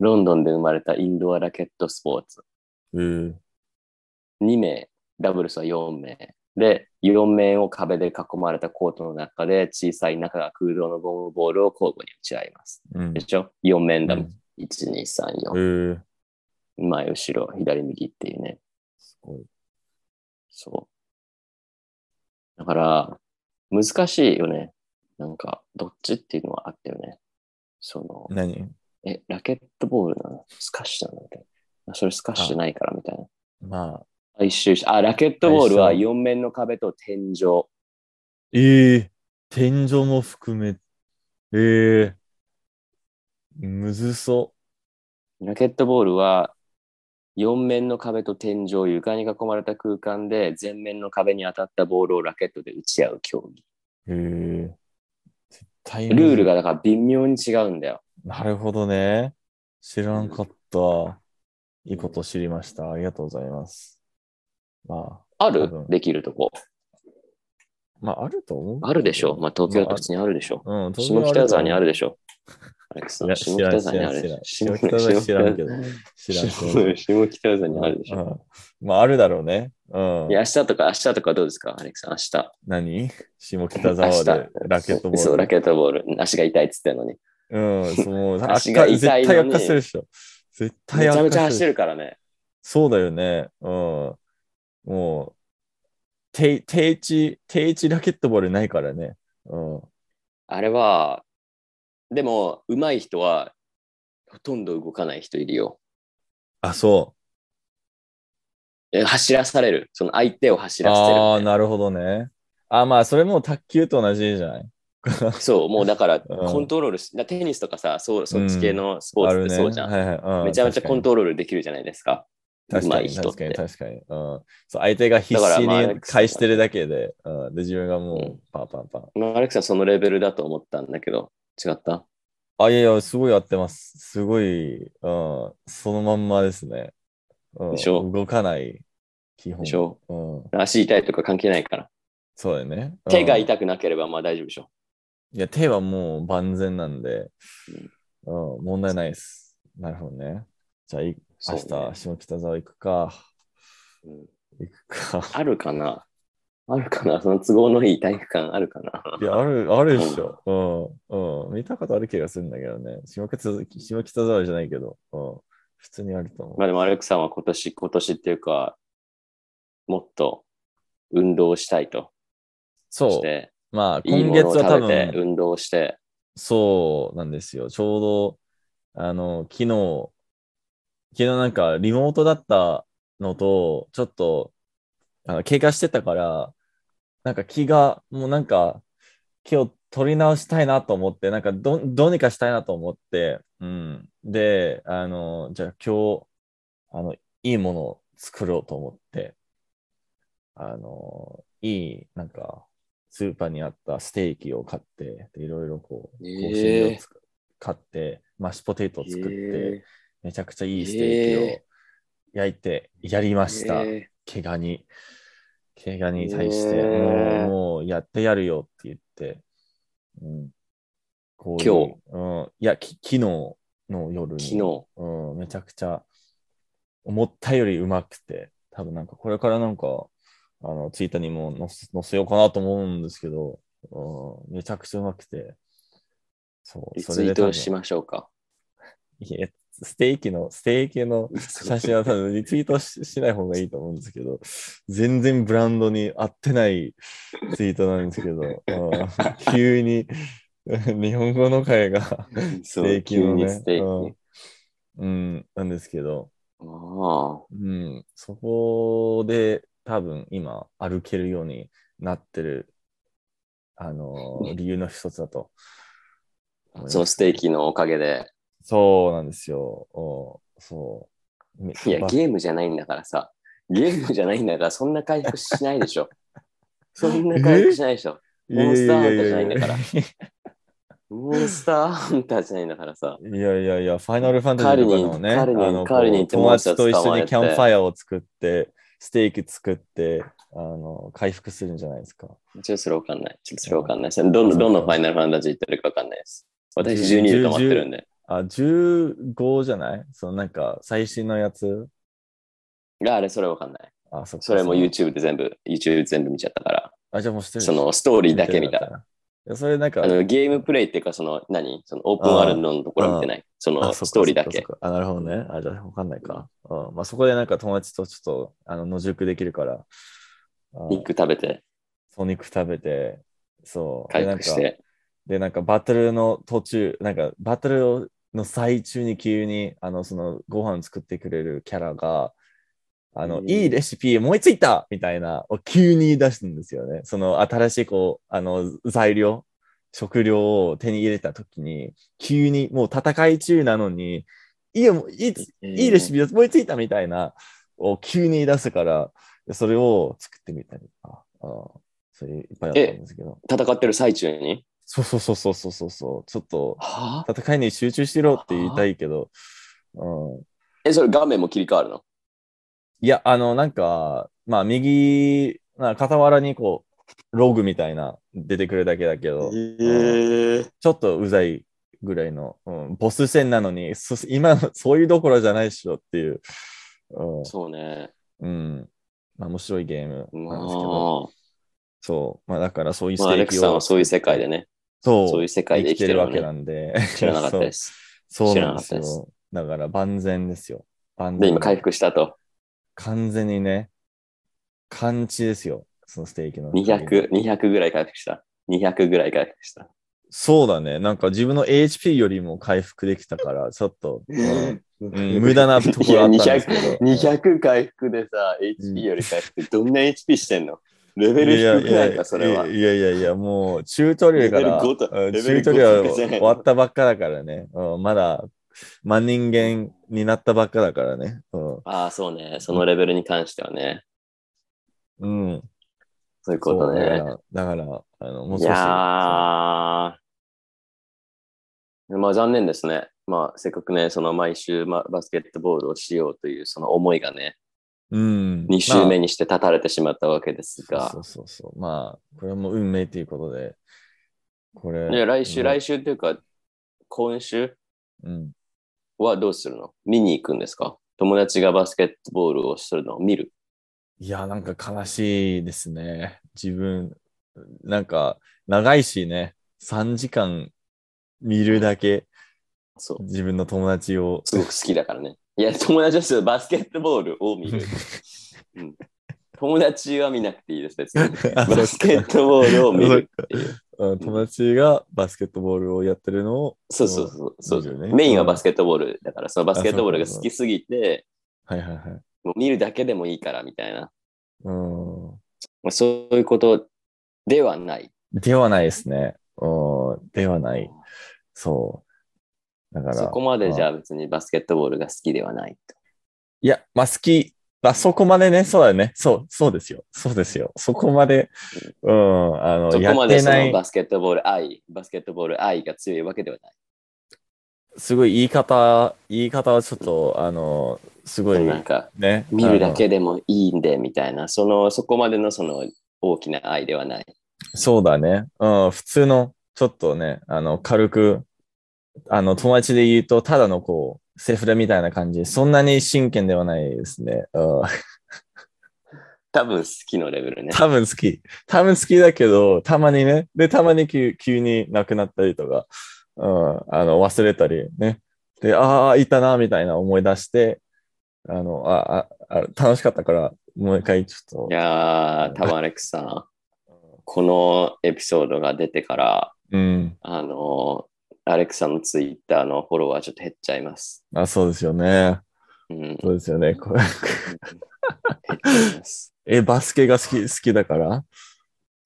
B: ロンドンで生まれたインドアラケットスポーツ。
A: うん
B: 2名、ダブルスは4名。で、4面を壁で囲まれたコートの中で、小さい中が空洞のゴムボールを交互に打ち合います。
A: うん
B: でしょ ?4 面だもん。
A: うん
B: 1、2、3、
A: え
B: 4。
A: ー
B: 前、後ろ、左、右っていうね。
A: すごい。
B: そう。だから、難しいよね。なんか、どっちっていうのはあったよね。その、
A: 何
B: え、ラケットボールなのスカッシュなのみたいな。それスカッシュないからみたいな。
A: まあ、
B: あ一周しあ、ラケットボールは
A: 最初
B: 4面の壁と天井。
A: ええ天井も含め、ええむずそ
B: ラケットボールは4面の壁と天井、床に囲まれた空間で前面の壁に当たったボールをラケットで打ち合う競技。
A: う。ええ絶対むずい
B: ルールがだから微妙に違うんだよ。
A: なるほどね。知らんかった。いいこと知りました。ありがとうございます。ま
B: あ
A: 多
B: る
A: 分
B: できるとこ。
A: あ、まあ、あると思う。
B: あるでしょ。まあ、東京都普通にあるでしょ。
A: うん、東
B: 下
A: 京
B: 北沢にあ
A: る
B: るでしょ。アレックス
A: いや
B: 下北沢にあるでし
A: 知
B: ょ。
A: らん知らん知らん知らん知らんけどと思う。知らんけど
B: 下下北沢にあるでしょ。
A: うんまあ、あるだろうね。うん
B: い。や、明日とか、明日とかどうですか、アレックス、明日。
A: 何下北沢でラケットボール。
B: そう、ラケットボール。足が痛いっつってんのに。
A: うん、そうもう、
B: 足が痛い
A: 絶
B: のに
A: 対悪化するでしょ。絶
B: め
A: 対
B: ちゃめ
A: 悪
B: ちゃ
A: 化
B: 走
A: する。
B: るからね。
A: そうだよね。うん。もう、定定置、定置ラケットボールないからね。うん。
B: あれは、でも、上手い人は、ほとんど動かない人いるよ。
A: あ、そ
B: え走らされる。その相手を走
A: う。
B: らせてる
A: あ
B: みた
A: あ、
B: いな。
A: なるほどね。あまあ、それも卓球と同じじゃない
B: そう、もうだから、
A: うん
B: コントロールし、だからテニスとかさ、そうそっ
A: う
B: ち
A: ん
B: 系のスポーツってそうじゃん。
A: あるねはいはいうん、
B: めちゃめちゃコン
A: ト
B: トロールできるじゃないですか。
A: 確か
B: 上手い
A: に
B: 人っ
A: 確か
B: て
A: に確かに。うん。そう、相手が必
B: だか
A: 死
B: らまあ
A: に返してるだけで、うん。で、自分がも
B: うん
A: う、パンパンパン。
B: まあ、アレックスはそのレベルだと思ったんだけど、違った
A: あ、いやいや、すごい合ってます。すごい、うん、そのまんまですね。うん、
B: でしょ
A: 動かない、基本。
B: でしょ
A: うん、
B: 足痛いとか関係ないから。
A: そうだよね。うん
B: 手が痛くなければまあ大丈夫でしょ。
A: いや、手はもう万全なんで、うん、問題ないです。なるほどね。じゃあ、い
B: そ
A: 明
B: うね
A: 日、下北沢行くか。
B: うん
A: 行くか。
B: あるかなあるかなその都合のいい体育館あるかない
A: や、ある、あるでしょ。うん、うん。見たことある気がするんだけどね。下北沢下北沢じゃないけど、うん。普通にあると思う
B: ま。あでもアレックさんは今年、今年っていうか、もっと運動したいとし
A: そ
B: て、
A: う。まあ、
B: いい
A: 今
B: も
A: 月
B: のを
A: は多
B: 食べて
A: 分、
B: 運動して、
A: そうなんですよ。ちょうど、あの、昨日、昨日なんかリモートだったのと、ちょっと、あの、経過してたから、なんか気が、もうなんか、今日取り直したいなと思って、なんかど、どうにかしたいなと思って、うん。で、あの、じゃあ今日、あの、いいものを作ろうと思って、あの、いい、なんか、スーパーにあったステーキを買って、でいろいろこう、香
B: えー
A: 辛料をつく買って、マッシュポテトを作って、
B: え
A: めちゃくちゃいいステーキを
B: え
A: 焼いてやりま
B: ー
A: した。
B: え
A: 怪我に。怪我に対して、
B: えー
A: もう、もうやってやるよって言って、うん、こういうう
B: 今日、
A: ん、いや、き昨日の夜
B: ー
A: に、
B: 昨日、
A: うん、めちゃくちゃ、思ったよりうまくて、多分なんかこれからなんか、あの、ツイッターにも載せ載せようかなと思うんですけど、うん、めちゃくちゃうまくて、そう、
B: リ
A: そ
B: ツ
A: れ
B: イ
A: で
B: ー
A: 多分
B: トしましょうか。
A: いやステーキの、ステーキの写真は多分リツイートししない方がいいと思うんですけど、全然ブランドに合ってないツイートなんですけど、うん急に日本語の会がス
B: そ
A: テー
B: う、
A: キ
B: 急
A: の、ね、
B: にステーキ。
A: うん、うんなんですけど、
B: あ
A: うん、そこで多分今歩けるようになってる、あの ー理由の一つだと思いま
B: あ、
A: す。
B: そのステーキのおかげで。
A: そうなんですよ。おそう。め
B: いや、
A: ば
B: ゲームじゃないんだからさ。ゲームじゃないんだから、そんな回復しないで しょ。そんな回復しないでしょ。モンスターハンターじゃないんだからモンスターハンターじゃないんだからさ。
A: いやいやいや、ファイナルファンタジーとかのね、
B: カールに
A: あの
B: カール
A: こう
B: に行って
A: 友
B: モンスタ
A: 達と
B: ー
A: 一緒
B: 捕まえ
A: に
B: て
A: キャンプファイアを作って、ステーキ作って、あの回復するんじゃないですか。
B: ちょっとそれわかんない。ちょっとそれわかんない。それどのどのファイナルファンタジー言ってるかわかんないです。私
A: 10
B: 12で止まってるんで。
A: あ、15じゃないそのなんか最新のやつ
B: があれ、それわかんない。
A: あ、そっか
B: それ
A: の
B: も YouTube で全部、YouTube 全部見ちゃったから、
A: あ、じゃあもうしてる
B: そのストーリーだけ見た。
A: いやそれなんか、
B: あのゲームプレイっていうか、その何そのオープンワールドのところは見てない。そ
A: あ
B: の
A: そっか
B: ストーリーだ
A: そっ
B: け。
A: かそっかあ、なるほどね。あ、じゃあわかんないか。うん。まあそこでなんか友達とちょっと、あの、野宿できるから、あ
B: 肉食べて、
A: そう、肉食べて、そう。で
B: 回復し
A: なんか
B: て。
A: で、なんかバトルの途中、なんかバトルの最中に急に、あの、そのご飯作ってくれるキャラが、あの、
B: うん
A: いいレシピ思いついたみたいな、を急に出すんですよね。その新しい、こう、あの、材料、食料を手に入れた時に、急にもう戦い中なのに、いいよ、もういいつ、いいレシ
B: ピ。
A: ピ思いついたみたいな、を急に出すから、それを作ってみたりとか、あそういういっぱいあったんですけど。
B: 戦ってる最中に。
A: そうそうそうそうそうそうそう、ちょっと
B: はぁ
A: 戦いに集中しろって言いたいけど、うん、
B: え、それ画面も切り替わるの
A: いや、あの、なんか、まあ、右、まあ、傍らにこう、ログみたいな出てくるだけだけど、
B: え
A: ちょっとうざいぐらいの、うん、ボス戦なのに、そ今の、そういうどころじゃないっしょっていう、うん
B: そうね。
A: うん、まあ、面白いゲーム
B: ま
A: なんですけど、
B: あ、
A: そう、まあ、だからそういうス
B: まあ、ア
A: テー
B: レック
A: キ
B: スさん
A: を
B: はそういう世界でね、
A: そう、
B: そういう世界で
A: 生
B: 生
A: き
B: き
A: て
B: て
A: る
B: る
A: わ
B: わ
A: け
B: け
A: な
B: なん
A: で、
B: 知らなかった
A: そ
B: で
A: う
B: す。
A: そう
B: 知
A: な
B: ら
A: んで
B: なかっ
A: す
B: たです
A: よ。だから万全ですよ。万
B: で、
A: 全
B: 今回復したと。
A: 完全にね、完治ですよ。そのステーキの。
B: 200、200ぐらい回復した。200ぐらい回復した。
A: そうだね。なんか自分の HP よりも回復できた から、ちょっと、うんうん無駄なところあったんですけど。
B: 200回復でさ、HP より回復ってどんな HP してんのレベル低くないか、それは。
A: いやいやいやいやいや、もう、チュートリアルから、
B: レベル5と
A: うんチ
B: レベ
A: ュ
B: ル
A: ートリアル
B: 5とかじゃない
A: 終わったばっかだからね。うんまだ、真人間になったばっかだからね。うん
B: ああ、そうね。そのレベルに関してはね。
A: うん。
B: そういうこと
A: そうだ
B: ね
A: か。ら、だからあの、もう
B: い
A: 少し。
B: やー、まあ残念ですね。まあせっかくね、その毎週、まあ、バスケットボールをしようというその思いがね、
A: うん。
B: 2週
A: まあ
B: 目にして断たれてしまったわけですが
A: そ、うそうそうそう。まあ、これも運命ということで、これ。
B: いや来週、来
A: 週。
B: 週っていうか、今週
A: うん。
B: はどうするの見に行くんですか友達がバスケットボールをするのを見る。
A: いや、なんか悲しいですね。自分、なんか、長いしね、3時間見るだけ、
B: そう。
A: 自分の友達を。
B: すごく好きだからね。いや、友達ですよ。バスケットボール を見る。うん、友達は見なくていいです、別 に。
A: あそっか
B: バスケットボールを見るっていう。
A: うん友達がバスケットボールをやってるのを、
B: そうそうそうそう
A: 見るよね
B: メインはバスケットボールだから、そのバスケットボールが好きすぎて、
A: はいはいはい。
B: もう見るだけでもいいからみたいな。
A: うん。
B: まあそういうことではない。
A: ではないですね。うん。ではない。そう。だから。
B: そこまでじゃ
A: あ
B: あ別にバスケットボールが好きではないと。
A: いや、まあ好き。あそこまでね、そうだよね。そう、そうですよ。そうですよ。そこまで、うん、あの、
B: そこま
A: や
B: で
A: って
B: そ
A: な
B: の
A: い、
B: バスケットボール愛、バスケットボール愛が強いわけではない。
A: すごい言い方、言い方はちょっと、あの、すごい
B: なんか
A: ね。
B: 見るだけでもいいんでみたいな、そのそこまでのその大きな愛ではない。
A: あのそうだね。うん、普通の、ちょっとね、あの、軽く、あの、友達で言うと、ただのこう、セフレみたいな感じ。そんなに真剣ではないですね。うん
B: 多分好きのレベルね。
A: 多分好き。多分好きだけど、たまにね。で、たまに急急になくなったりとか、うん、あの、忘れたりね。で、ああ、いたな、みたいな思い出して、あの、あああ、楽しかったから、もう一回ちょっ
B: い
A: と、
B: やー、多分アレックスさん、このエピソードが出てから、
A: うん。
B: あのーアレックスさんのツイッターのフォロワーちょっと減っちゃいます。
A: あ、そうですよね。
B: うん、減っち
A: そう ですよね。これ
B: ゃいます。
A: え、バスケが好き、好きだから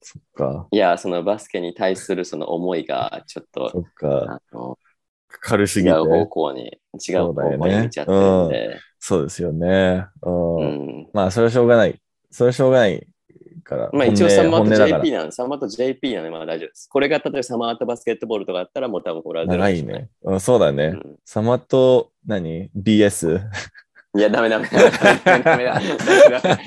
A: そっか、
B: いやー、そのバスケに対するその思いがちょっと、
A: そっか。
B: あの
A: 軽す
B: 違
A: ぎて。
B: う方向に、違う
A: そうだ
B: 方
A: よ
B: 向
A: ね
B: に見ちゃってるんで、
A: そうですよね。うん。
B: うん、
A: まあ、それはしょうがない。それはしょうがないから。
B: まあ
A: 本音
B: 一応サ
A: 本
B: マー
A: 音
B: と
A: だから
B: JP なんで、サマーと JP なんでまだ大丈夫です。これが例えばサマーとバスケットボールとかあったらもう多分これはゼロ
A: 長
B: で
A: い
B: すね
A: ね。うん、そうだね。
B: うん
A: サマと、何 ?BS?
B: いや、ダメダ メダメダメダメダメ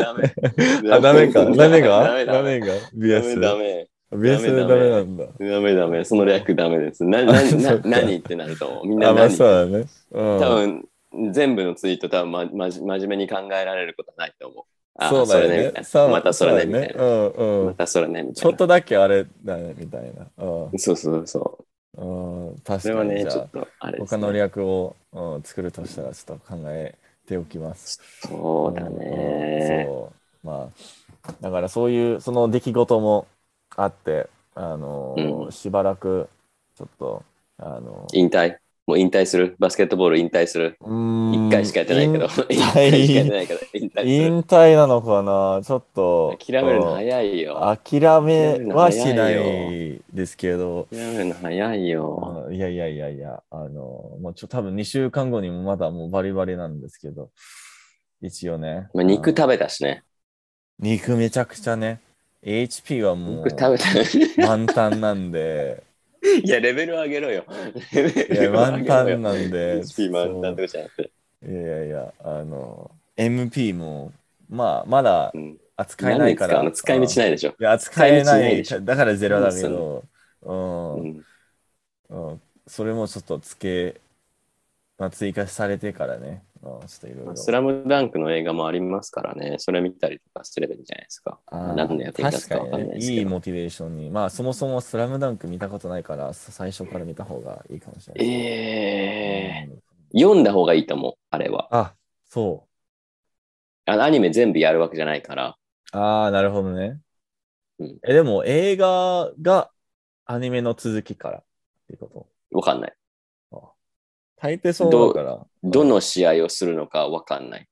B: ダメ
A: あ、ダメか。ダメ
B: ダ
A: か
B: メ
A: ダ
B: ダメ
A: メか
B: ダメ
A: ?BS。
B: ダメ
A: BS
B: ダメ
A: ダメなんだ。
B: ダメダメその略ダメです。な、な、
A: あ そ
B: な
A: っ、か
B: 何ってなると思う。みん
A: あ、
B: な
A: まあ
B: 何
A: そうだね。うん。
B: 多分、全部のツイート多分、ま、まじ、真面目に考えられることはないと思う。あ
A: そうだよね
B: みたい
A: そ
B: な
A: う
B: またそれね、み
A: そうだ
B: たいな。
A: よねうんう
B: ま
A: ん。
B: たそれね、みた
A: ちょ
B: い
A: っ
B: な。
A: とだけあれだね、みたいな。うん
B: そうそうそう。
A: うん。確
B: それ
A: か
B: は
A: に。
B: ね、
A: じゃ
B: ちょ
A: あ
B: っ、と、あれです
A: 他
B: ね
A: の略をうん作るとしたら、ちょっと考えておきます。
B: そうだね。
A: そうまあだからそういうその出来事もあってあのー
B: うん
A: しばらくちょっとあのー
B: 引退。もう引退する。バスケットボール引退する。
A: うーん
B: 一回しかやってないけど。 一
A: 退
B: 回しかやってないけど。引退
A: 引退なのかなちょっと
B: する。諦めるの早いよ。
A: うん諦めはしな
B: 諦め
A: いですけど
B: 諦めるの早いよ。
A: うんいやいやいやいやあのーもうちょ多分2週間後にもまだもうバリバリなんですけど一応ね、
B: まあ、肉
A: うん
B: 食べたしね。
A: 肉めちゃくちゃね HP はもう
B: 肉食べた。 い
A: 満タンなんで、
B: や、レベル上げろよ。レ
A: い
B: ベ
A: や、
B: ル上
A: 満
B: げろよ
A: タンなんで、
B: HP 満タンとかじゃなくて。
A: そういやいやいや、あの、MP も、まあ、まだ
B: うん
A: 扱えな
B: 何
A: い
B: に使
A: か
B: うの
A: ら。
B: 使い道
A: い。
B: ないでしょ。
A: いや、扱えな
B: 使い道ない
A: い。
B: でしょ
A: だからゼロだけど、うん
B: う、ん
A: うん、それもちょっと付け、まあ、追加されてからね、うん、ちょっといろい
B: ま
A: ろ
B: あス。ラムダンクの映画もありますからね。それ見たりとかすればいいんじゃないですか。
A: あー
B: 何の役に立つかわ
A: 確
B: か
A: か
B: ん
A: に
B: ない
A: ね、
B: です
A: い
B: け
A: い
B: ど。
A: モチベーションに。まあ、そもそもスラムダンク見たことないから、さ最初から見た方がいいかもしれない。
B: えー。
A: うん
B: 読んだ方がいいと思う、あれは。
A: あ、そ
B: あのアニメ全部やるわけじゃないから。
A: う。ああ、なるほどね。
B: うん
A: え、でも映画がアニメの続きからっていうこと。
B: わかんない。
A: 大抵そうだから。
B: どの試合をするのかわかんない。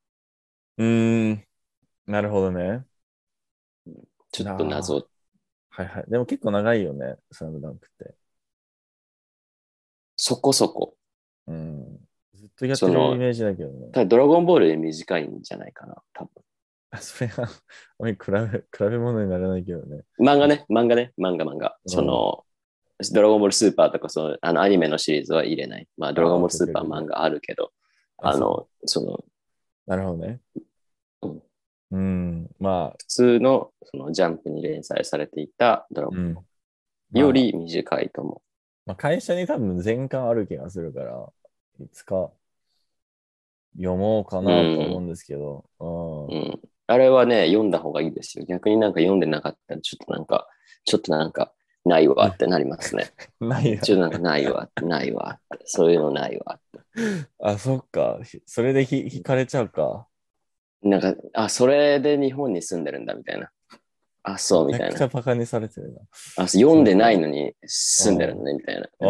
A: うーん。なるほどね。
B: ちょっと
A: な
B: 謎。
A: はいはい。でも結構長いよね、スラムダンクって。
B: そこそこ。
A: うん。ずっとやってるイメージだけどね。
B: ただ、ドラゴンボールで短いんじゃないかな、多分。
A: あそれは、あんまり比べ、比べ物にならないけどね。
B: 漫画ね、漫画ね、漫画漫画。
A: ん
B: その、ドラゴンボールスーパーとかそのあのアニメのシリーズは入れない。まあ、ドラゴンボールスーパー漫画あるけど、
A: あ
B: あの、その、
A: なるほどね
B: うん。
A: うん。ま
B: 普通のそのジャンプに連載されていたドラ
A: あ、
B: ゴ
A: う
B: ン
A: ん。
B: より短いと思
A: まあ、会社に多分全巻ある気がするから、いつか読もうかなと思うんですけど、うん
B: う。うん。あれはね、読んだ方がいいですよ。逆になんか読んでなかったら、ちょっとなんか、ちょっとなんか、ないわってなります ね。
A: ないな。
B: ちょっとなんかないわ、ないわって、そういうのないわって。
A: あ、そっか。ひそれでひ引かれちゃうか。
B: なんか、あ、それで日本に住んでるんだみたいな。あ、そうみ
A: めち
B: た
A: ゃ
B: い
A: くちゃ
B: な。
A: バカにされてるな。
B: あ、読んでないのに住んでるのねみたいな。なんか
A: ああ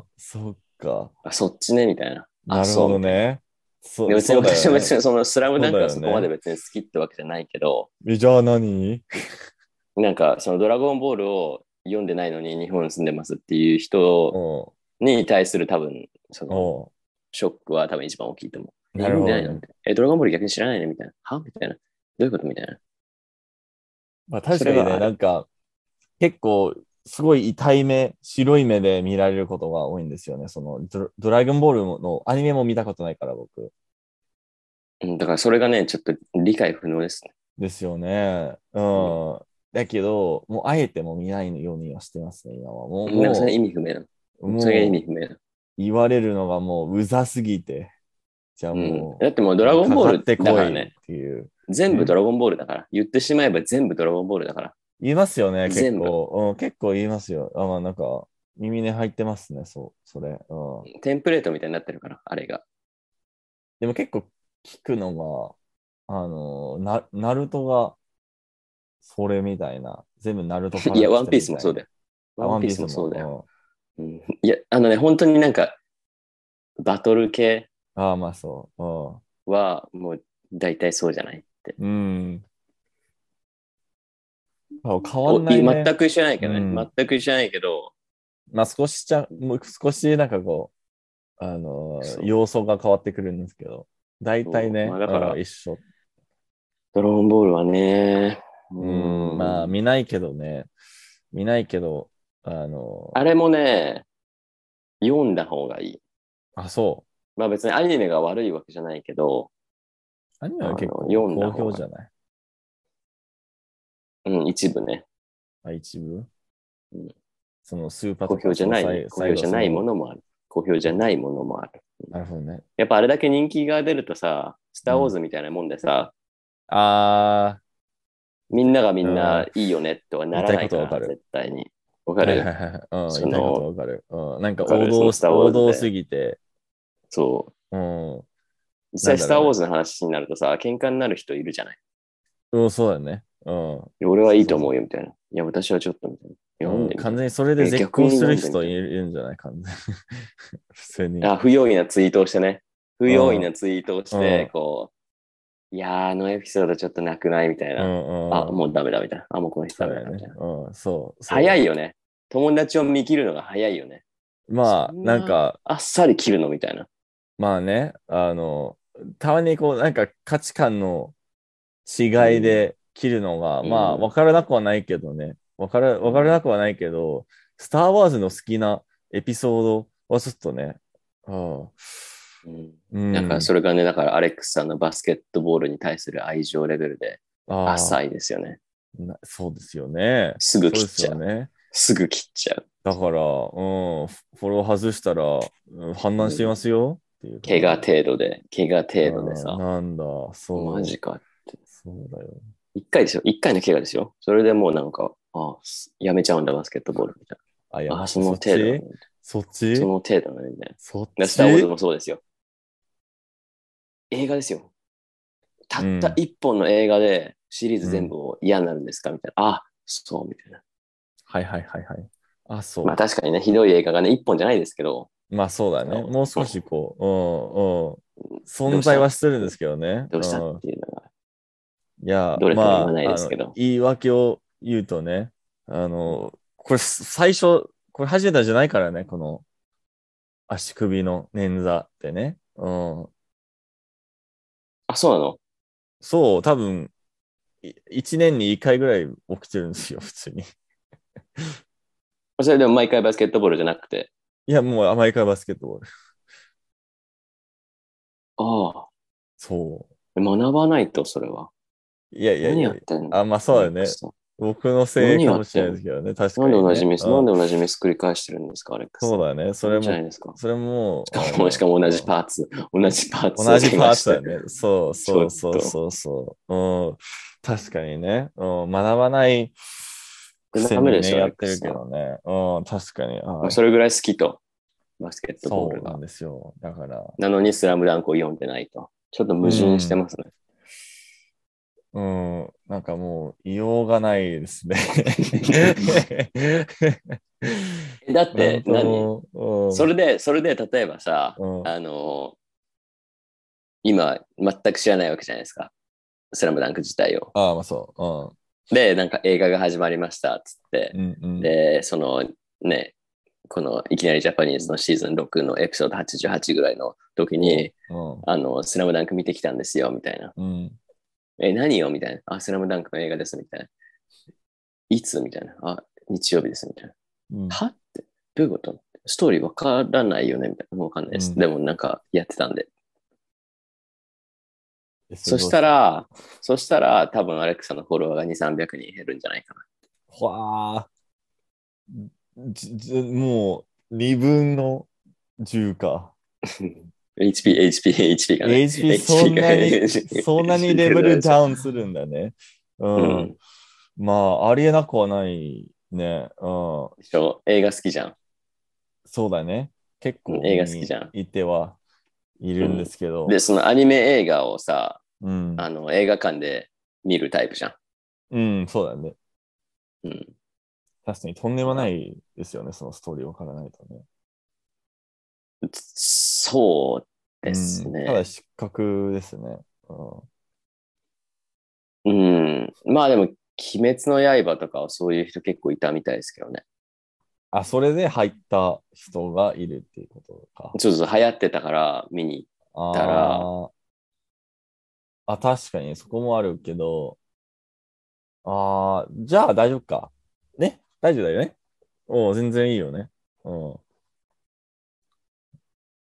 B: こ、
A: そっか。
B: うあ、そっちねみたいな。
A: な
B: あ、
A: る
B: そ
A: ほ
B: う
A: ど
B: みたいな。
A: ね。そ
B: で別に
A: そうだよ
B: 私は
A: ね
B: 別にそのスラムダンクは
A: そ
B: そう
A: だよね
B: こまで別に好きってわけじゃないけど、
A: えじゃあ何
B: なんかそのドラゴンボールを読んでないのに日本に住んでますっていう人
A: お
B: に対する多分そうの
A: お
B: ショックは多分一番大きいと思う。
A: なるほど
B: 読んでないのえ、ドラゴンボール逆に知らないねみたいな。はみたいな。どういうことみたいな。
A: まあ、確
B: そ
A: かに
B: れ
A: ね、
B: はある
A: なんか、結構、すごい痛い目、白い目で見られることが多いんですよね。そのドラ、ドラゴンボールのアニメも見たことないから、僕。
B: うん、だからそれがね、ちょっと理解不能ですね。
A: ですよね。うん。だけど、もう、あえても見ないようにはしてますね、今は。もう、
B: なんかそれ意
A: も
B: 味不明な
A: う、
B: の。
A: も
B: それが意
A: う
B: 味不明な
A: 言われるのがもう、うざすぎて。じゃあ
B: の。うん
A: も、う、
B: だってもうドラゴンボール
A: かかってこ
B: だから
A: いっ
B: ね、
A: ていう。
B: 全部ドラゴンボールだから。言ってしまえば全部ドラゴンボールだから。
A: 言いますよね、結
B: 全部
A: 構。うん、結構言いますよ。あ、まあ、なんか、耳に入ってますね、そう、それ。うん。
B: テンプレートみたいになってるから、あれが。
A: でも結構聞くのが、あの、な、ナルトが、それみたいな。全部ナルトから
B: いや、ワンピースもそうだ
A: よ。
B: よ。ワンピースもそうだよ。
A: よ。
B: うんいや、あのね、本当になんか、バトル系
A: うんああ、まあそう。
B: はもう大体そうじゃないって。
A: うん。うん。あ変わんない、ね。
B: お全く一緒じゃないけどね、
A: うん
B: 全く一緒じゃないけど、
A: まあ少しちゃ、もう少しなんかこう、あの
B: そ、う
A: 様相が変わってくるんですけど、大体ね、
B: そうまあだから
A: あ一緒。
B: ドラゴンボールはね、
A: うん、まあ見ないけどね、見ないけど、あの、
B: あれもね、読んだ方がいい。
A: あ、そう。
B: まあ別にアニメが悪いわけじゃないけど、
A: アニメは結構
B: あの読んだ
A: 好
B: 方が
A: 評じゃない
B: うん、一部ね、
A: あ、一部、
B: うん
A: そのスーパー
B: 好評じゃな
A: その最
B: い、好評じゃないも
A: 最後
B: のもある。好評じゃないものもある。
A: そのなるほどね。
B: やっぱあれだけ人気が出るとさ、スター・ウォーズみたいなもんでさ、
A: あ
B: みんながみん
A: う
B: なんいいよねってはならな
A: 言い
B: いか
A: たいことわ
B: ら、
A: かる
B: 絶対に。わ
A: ー、
B: かる、
A: はいはいはいうん、
B: そ
A: 言
B: の
A: いたいことわかる。うん、なんか
B: わかる
A: 王道
B: その
A: 王
B: Star Wars
A: 道
B: です
A: ぎて、
B: そう。
A: うん、
B: 実際、
A: なん
B: ス
A: だ
B: ター・
A: ろうね
B: ウォーズの話になるとさ、喧嘩になる人いるじゃない。
A: うん、そうだね。うん
B: 俺はいいと思うよ、みたいな。いや、私はちょっと、みたいな。読んで
A: うん
B: みたい
A: 完
B: な
A: 全にそれで
B: え
A: 絶
B: 逆に
A: 交する
B: 読
A: 人
B: ん
A: い
B: で
A: るんじゃない完全に。 普通に。
B: あ、不用意なツイートをしてね。不用意なツイートをし
A: うん
B: て、こう、いやー、あのエピソードちょっとなくないみたいうな。
A: んうん、
B: あ、もうダメだ、みたいな。あ、もうこの人
A: そ
B: ダ
A: う
B: メ
A: だ
B: だ、
A: よ
B: み
A: ね
B: たいな。。
A: うん、そう。そう
B: 早いよね。友達を見切るのが早いよね。
A: まあ、
B: そんな
A: なんか、
B: あっさり切るの、みたいな。
A: まあね、あの、たまにこう、なんか価値観の違いで切るのが、
B: うん
A: まあ、
B: うん
A: わからなくはないけどね、わから、わからなくはないけど、スター・ウォーズの好きなエピソードはちょっとね、
B: うん
A: うん。
B: なんか、そ
A: れ、
B: れがね、だから、アレックスさんのバスケットボールに対する愛情レベルで、
A: ああ
B: 浅いですよね。
A: なそうですよね。
B: す
A: そ
B: ぐ
A: うで
B: 切っ
A: す
B: ちゃ
A: よ
B: う。
A: ね。
B: すぐ切っちゃう。
A: だから、うん、フォロー外したら、うん反乱してますよっていう。
B: 怪我程度で、怪我程度で
A: あー
B: さ、
A: なんだ、そう。
B: マジか。
A: そうだよ。
B: 一回ですよ、一回の怪我ですよ。それでもうなんか、あすやめちゃうんだ、バスケットボールみたい
A: あ、い
B: な。あ、そ
A: そ
B: の
A: っ
B: 程度
A: ち
B: ね、
A: そっち
B: その程度ね、みたい
A: そっ
B: な。スター・ウォーズもそうですよ。映画ですよ。たった一本の映画でシリーズ全部を嫌になるんですかみたいな。あ、そう、みたいな。
A: はいはいはいはい。あ、そう。
B: まあ
A: ま
B: 確かにね、ひどい映画がね、一本じゃないですけど、
A: あそうだね。
B: そう
A: もう少しこう、うんうん。存在はしてるんですけどね。
B: どうした
A: うん
B: っていうのが。
A: いや、
B: どれと
A: ま
B: も
A: あ
B: 言わないですけど
A: あの言い訳を言うとね、あの、これ最初、これ始めたんじゃないからね、この足首の捻挫ってね。うん。
B: あ、そうなの
A: そう、多分、い一年に一回ぐらい起きてるんですよ、普通に。
B: それでも毎回バスケットボールじゃなくて。
A: いや、もう毎回バスケットボール。
B: あ
A: そ
B: あ、学ばないと、それは。
A: う。いやいやい
B: 何や
A: や
B: っ。てんの
A: あ、まあそうだよね。僕のせいかもしれないですけどね。確か
B: な
A: に、
B: ん
A: ね。
B: で同じミス、なん
A: で
B: で同じミス繰り返してるんですか、アレックス。
A: そうだよね。それ
B: じゃない
A: も、
B: ですか。
A: それも。
B: し
A: あ
B: かも、
A: の
B: しかも同じパーツ、同じパーツを
A: 同じパーツだよ
B: 怪我して。
A: ね。そうそうそうそうそう。うん、確かにね、うん。学ばないくせに、
B: ダメでし
A: ね、
B: ょ
A: やってるけどね。うん、確かに。
B: ま
A: あ
B: あそれぐらい好きと、バスケットボ
A: そ
B: ール
A: うな
B: が
A: ん。ですよ。だから、
B: なのにスラムダンクを読んでないと。ちょっと矛盾してますね。
A: うん、なんかもう、言いようがないです ね。
B: えだって何、
A: 本当うん、
B: それで、それで、例えばさ、
A: うん
B: あのー今、全く知らないわけじゃないですか。スラムダンク自体を。
A: ああ、まあそ
B: で、なんか映画が始まりました、っつって
A: う。。うん、うん、うん。
B: で、そのね、このいきなりジャパニーズのシーズン6のエピソード88ぐらいの時に、
A: うん
B: あの、スラムダンク見てきたんですよ、みたいな。
A: うん、
B: え、何よみたいな。あ、スラムダンクの映画です、みたいな。いつみたいな。あ、日曜日です、みたいな。
A: うん
B: はって、どういうことストーリーわからないよねみたいな。もうわかんないです。
A: うん
B: でもなんかやってたんで。そした、ら、そしたら多分アレクサのフォロワーが2、300人減るんじゃないかな。
A: わあ、じじもう、2分の10か。
B: HP、HP、HP がね。
A: HP そんなに
B: HP
A: そんなにレベルダ
B: ン。
A: ウンするんだね。うん。
B: うん
A: まあ、ありえなくはないね。うん。
B: でしょ映画好きじゃん。
A: そうだね。結構、
B: うん映画好きじゃん
A: いてはいるんですけど。
B: で、そのアニメ映画をさ、
A: うん。
B: あの映画館で見るタイプじゃ
A: うん、そうだね。
B: ん。うん。
A: 確かに、とんでもないですよね。そのストーリーわからないとね。
B: そうです
A: うんただ、
B: ね。
A: 失格ですね。うん。
B: うん。まあでも、鬼滅の刃とかはそういう人結構いたみたいですけどね。
A: あ、それで入った人がいるっていうこと か。
B: ちょっと流行ってたから見に
A: あ
B: たら
A: ーあ、確かにそこもあるけど、ああ、じゃあ大丈夫か。ね、大丈夫だよね。おう全然いいよね。うん。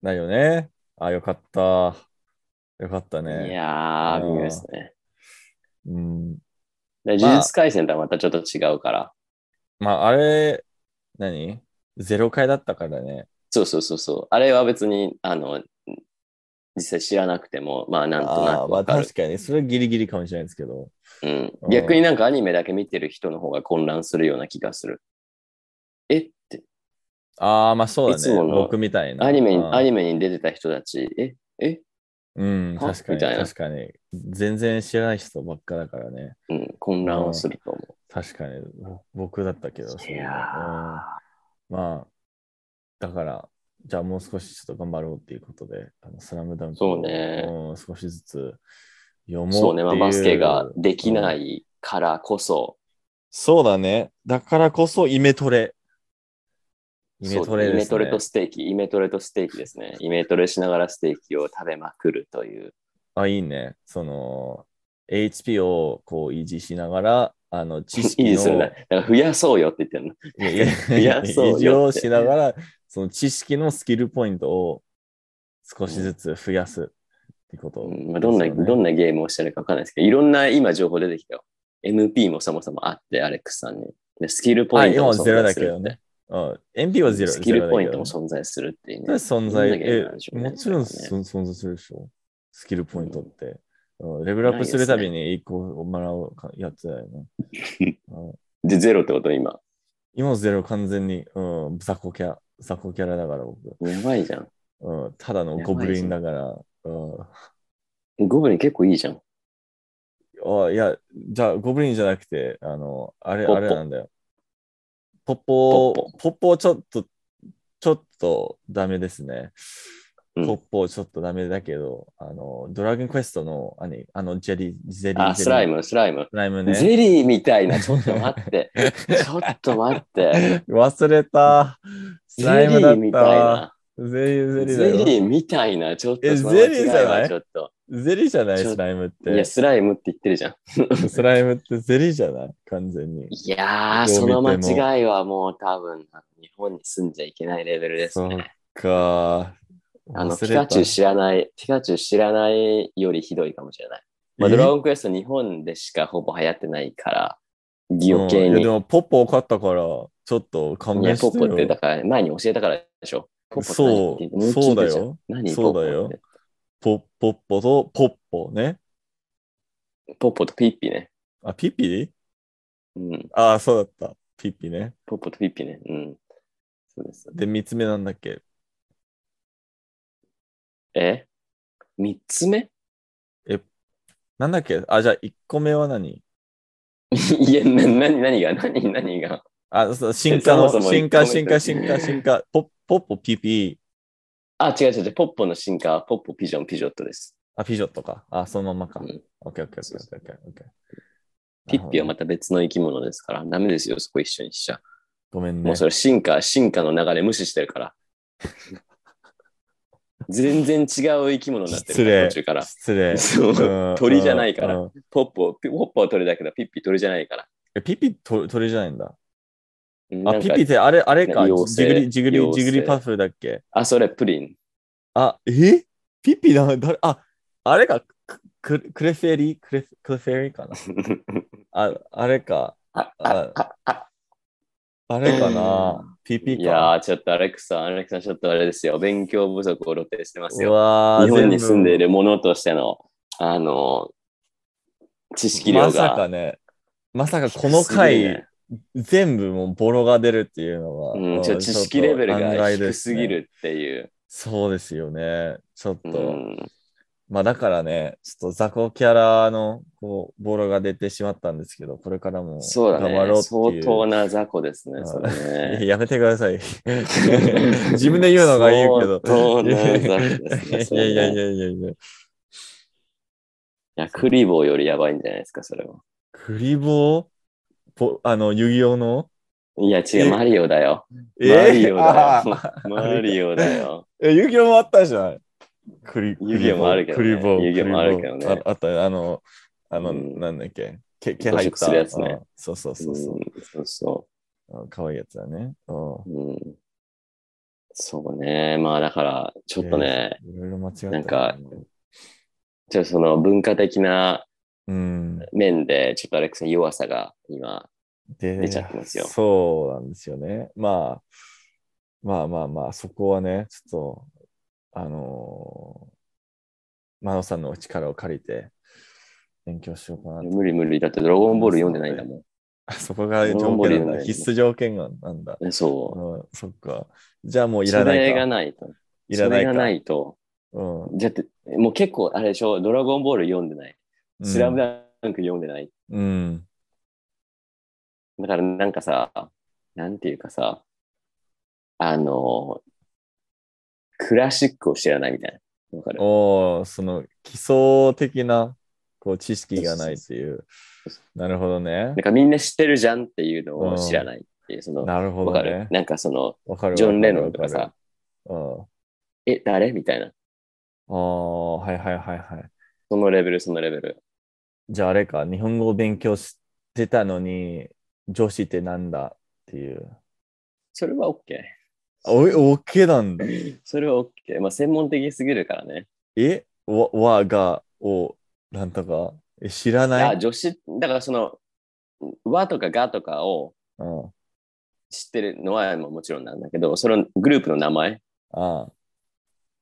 A: だよね。あ、よかった。よかった
B: い
A: ね。
B: やー、
A: うん
B: 微妙ですね。
A: うん。
B: で
A: まあ
B: 呪術廻戦とはまたちょっと違うから。
A: まあ、あれ、何ゼロ回だったからね。
B: そうそうそうそう。あれは別に、あの、実際知らなくても、まあなんとな
A: ああ
B: く
A: ー、ま
B: わ
A: あ
B: かる
A: 確。かに、それはギリギリかもしれないですけど。
B: うん
A: うん、
B: 逆になんかアニメだけ見てる人の方が混乱するような気がする。えって、
A: ああ、まあそうだ
B: い
A: ね。
B: つもの
A: 僕みたいな。
B: アニメに、
A: うん
B: アニメに出てた人たち、ええ、
A: うん、
B: あ
A: 確かに、
B: みたいな
A: 確かに。全然知らない人ばっかだからね。
B: うん、混乱をすると思う。
A: 確かに、ぼ僕だったけど、そういうの
B: い
A: う
B: や
A: んまあ、だから、じゃあもう少しちょっと頑張ろうっていうことで、あのスラムダンクを
B: そうね
A: うん、少しずつ読もうっていう。
B: そうね、まあ、バスケができないからこそ、
A: そうだね。だからこそ、イメトレ。イメ
B: そう
A: トレです、ね。
B: イメトレとステーキ、イメトレとステーキで すね。イメトレしながらステーキを食べまくるという。
A: あ、いいね。その、HP をこう維持しながら、あの、知識
B: い
A: の
B: いですよね。だから増やそうよって言ってるの。
A: いやいや、
B: いやそうよ
A: 維持をしながら、その知識のスキルポイントを少しずつ増やすってこと、
B: うんまあ、どんな、どんなゲームをしてるかわかんないですけど、いろんな今情報出てきたよ。MP もそもそもあって、アレックスさんに。でスキルポイン
A: あ、今
B: トも
A: は
B: 存
A: ゼロ
B: 在
A: だ
B: す
A: け
B: る
A: どね。うん。MP はゼロ。
B: スキルポイントも
A: ゼ
B: 存在するっていう
A: ロだけどね。
B: ね。
A: 存
B: ど
A: 在、
B: んなゲーム
A: え
B: なんでし、ょうね
A: もちろん
B: それは
A: そ存在するでしょ。スキルポイントって。うん、レベルアップするたびに一個をもらうかやつだよね。うん
B: で、ゼロってこと今。
A: 今はゼロ完全に、うん、雑魚キャラ、雑魚キャラだから僕。
B: やばいじゃん。
A: うん、ただのゴブリンだから。うん
B: ゴブリン結構いいじゃん。
A: あ、いや、じゃあ、ゴブリンじゃなくて、あの、あれ、
B: ポッポ
A: あれなんだよ。ポッポ
B: ポッ
A: ポッポちょっと、ちょっとダメですね。
B: うん
A: ポッポちょっとダメだけど、あの、ドラゴンクエストの、あの、あのジェリー、ゼリー、
B: あ、
A: ゼリー
B: スライ。ム、スライム。
A: スライム
B: ゼ
A: ね。
B: リーみたいな、ちょっと 待って。ちょっと待って。
A: 忘れた。ス
B: ゼ
A: ライム
B: リ
A: だ
B: ー
A: っ
B: みたい
A: た。
B: な。
A: ゼリー、ゼ
B: ゼ
A: リーだよ。
B: リーみたいな、ちょっと。
A: え
B: その間違
A: ゼリーじゃない
B: はちょっと。
A: ゼリーじゃない、
B: ちょ
A: スライムっ
B: いや、
A: て。
B: スライムって言ってるじゃん。
A: スライムってゼリーじゃない完全に。
B: いやー、
A: どう
B: そ
A: 見て
B: の
A: も
B: 間違いはもう多分、日本に住んじゃいけないレベルです
A: そう
B: ね。
A: か。
B: あの、
A: 忘れ
B: ピ
A: た
B: カチュウ知らない、ピカチュウ知らないよりひどいかもしれない。まあ、
A: え
B: ドラゴンクエスト日本でしかほぼ流行ってないから、余計
A: うんいや
B: に。
A: でも、ポッポを買ったから、ちょっと勘
B: いや、
A: 弁
B: ポ
A: し
B: ッ
A: て
B: ポ
A: よ。
B: ってだから、前に教えたからでしょ。ポッポって
A: そう
B: 何って
A: そうだよ。
B: 何聞いてるじゃ
A: そ
B: ん何
A: うだよ
B: ポッポって
A: ポッポッポとポッポね。
B: ポッポとピッピね。
A: あ、ピッピ
B: うん。
A: ああ、そうだった。ピッピね。
B: ポッポとピッピね。うん。そうです。
A: で、三つ目なんだっけ
B: え三つ目
A: なんだっけあ、じゃあ、一個目は何
B: いや、な、な、何が、何、何が。
A: あ、そう進化の、
B: そもそも
A: 進
B: 一
A: 化、
B: 個目
A: 進化、進化、進化。ポッポッポ、ピッピ
B: あ、違う違う違う。ポッポの進化はポッポピジョンピジョットです。
A: あ、ピジョットか。あ、そのままか。
B: うん
A: オッケーオッケーオッケーオッケーオッケーオッケー。
B: ピッピは
A: なるほどね
B: また別の生き物ですから、ダメですよ、そこ一緒にしちゃ。
A: ごめん
B: も
A: ね
B: う。それ進化、進化の流れ無視して るから。全然違う生き物になって
A: 失
B: るから
A: 礼。
B: 途中から。
A: 失礼。
B: そう 鳥じゃないから
A: うん。
B: ポッポ、ピポッポは鳥だけど、ピッピ鳥じゃないから。
A: え、ピッピ鳥鳥じゃないんだ。
B: うんな
A: あ、
B: ん
A: ピ
B: か
A: ッピってあれ、あれか。
B: 妖精
A: ジグリ、ジグリ、
B: 妖
A: ジ
B: 精
A: グリパフだっけ
B: あ、それプ リン。
A: あ、えピッピだ、誰、あ、あれか。クククレフェリークレフクレフェリーかなあ、あれか。
B: あ
A: あ
B: ああ
A: あれか
B: う
A: なピッピ
B: い
A: か。
B: やー、ちょっとアレックスさん、アレックスさん、ちょっとあれですよ。勉強不足を露呈してます
A: う
B: よ。
A: わー
B: 日本に住んでい
A: る
B: るものとしての、あの、知識量が。
A: まさかね。まさかこの回、
B: 低すぎるね
A: 全部もうボロが出るっていうのは。
B: うん、ちょっと知識レベルが低すぎ。るっていう。
A: そうですよね。ちょっと。
B: うん、
A: まあだからね、ちょっと雑魚キャラのこうボロが出てしまったんですけど、これからも
B: そうだ
A: 頑張ろう
B: ね。
A: ってい
B: 相
A: う。
B: 当な雑魚ですね、それ
A: いや
B: ね。
A: やめてくだ さい。 自分で言うのが言うけど。
B: 相当な雑魚ですね
A: い
B: それ
A: や
B: ね
A: いやいやいやいや。
B: いや、クリボーよりやばいんじゃないですか、それは。
A: クリボーポあの、遊戯王の
B: いや、違
A: え
B: う、マリオだよ。
A: え
B: マリオだ
A: あ
B: よ。 マリオだよ。
A: え遊戯王もあったじゃない。クリ
B: 遊戯王もあるけどね
A: クリボー。
B: 遊戯王もあるけどね
A: クリボーああったよあの、あの、
B: うん
A: なんだっけ。け毛入っ
B: 捕食す
A: た
B: るやつね
A: あそうそう
B: そ
A: そううそ。
B: そううそ
A: あ可愛いやつだね。うん
B: う。うんそうね。まあ、だから、ちょっとね、
A: いろいろ間違った。
B: なんか、ちょっとその文化的な
A: うん。
B: 面で、ちょっとアレックスの弱さが今、
A: で
B: 出ちゃってますよ
A: そうなんですよね。まあ、まあまあまあ、そこはね、ちょっと、あのー、マノさんのお力を借りて、勉強しようかなと。
B: 無理無理。だってドラゴンボール読んでないんだもん。
A: あ そこが条
B: ドラゴンボール
A: 件
B: よ
A: なん
B: り
A: だ。
B: ね
A: 必須条件がなんだ。
B: えそう。
A: うん、そっか。じゃあもうい
B: そ
A: らないか。
B: れがないと。
A: いらない
B: それ
A: か。
B: がないと。
A: うん。
B: だって、もう結構、あれでしょ、ドラゴンボール読んでない。スラムダンク読んでない。
A: うん。
B: だからなんかさ、なんていうかさ、あの、クラシックを知らないみたいな。わかる
A: おおその基礎的なこう知識がないっていう。なるほどね
B: なん。かみんな知ってるじゃんっていうのを知らないっていう、その、
A: なるほ
B: わ
A: ど
B: かる
A: ね。
B: なんかその、
A: わかる。
B: ジョン・レノンとかさ、
A: わかる。わかる
B: え、誰みたいな。
A: うん、ああ、はいはいはいはい。
B: そのレベル、そのレベル。
A: じゃああれか、日本語を勉強してたのに、女子ってなんだっていう。
B: それは OK。
A: おい、オッケーなんだ。
B: それは OK。まあ、専門的すぎるからね。
A: えわ、わが、を、なんとか、え知らな
B: あ、
A: い。
B: 女子、だからその、和とかがとかを
A: うん、
B: 知ってるのはもうもちろんなんだけど、そのグループの名前、
A: あ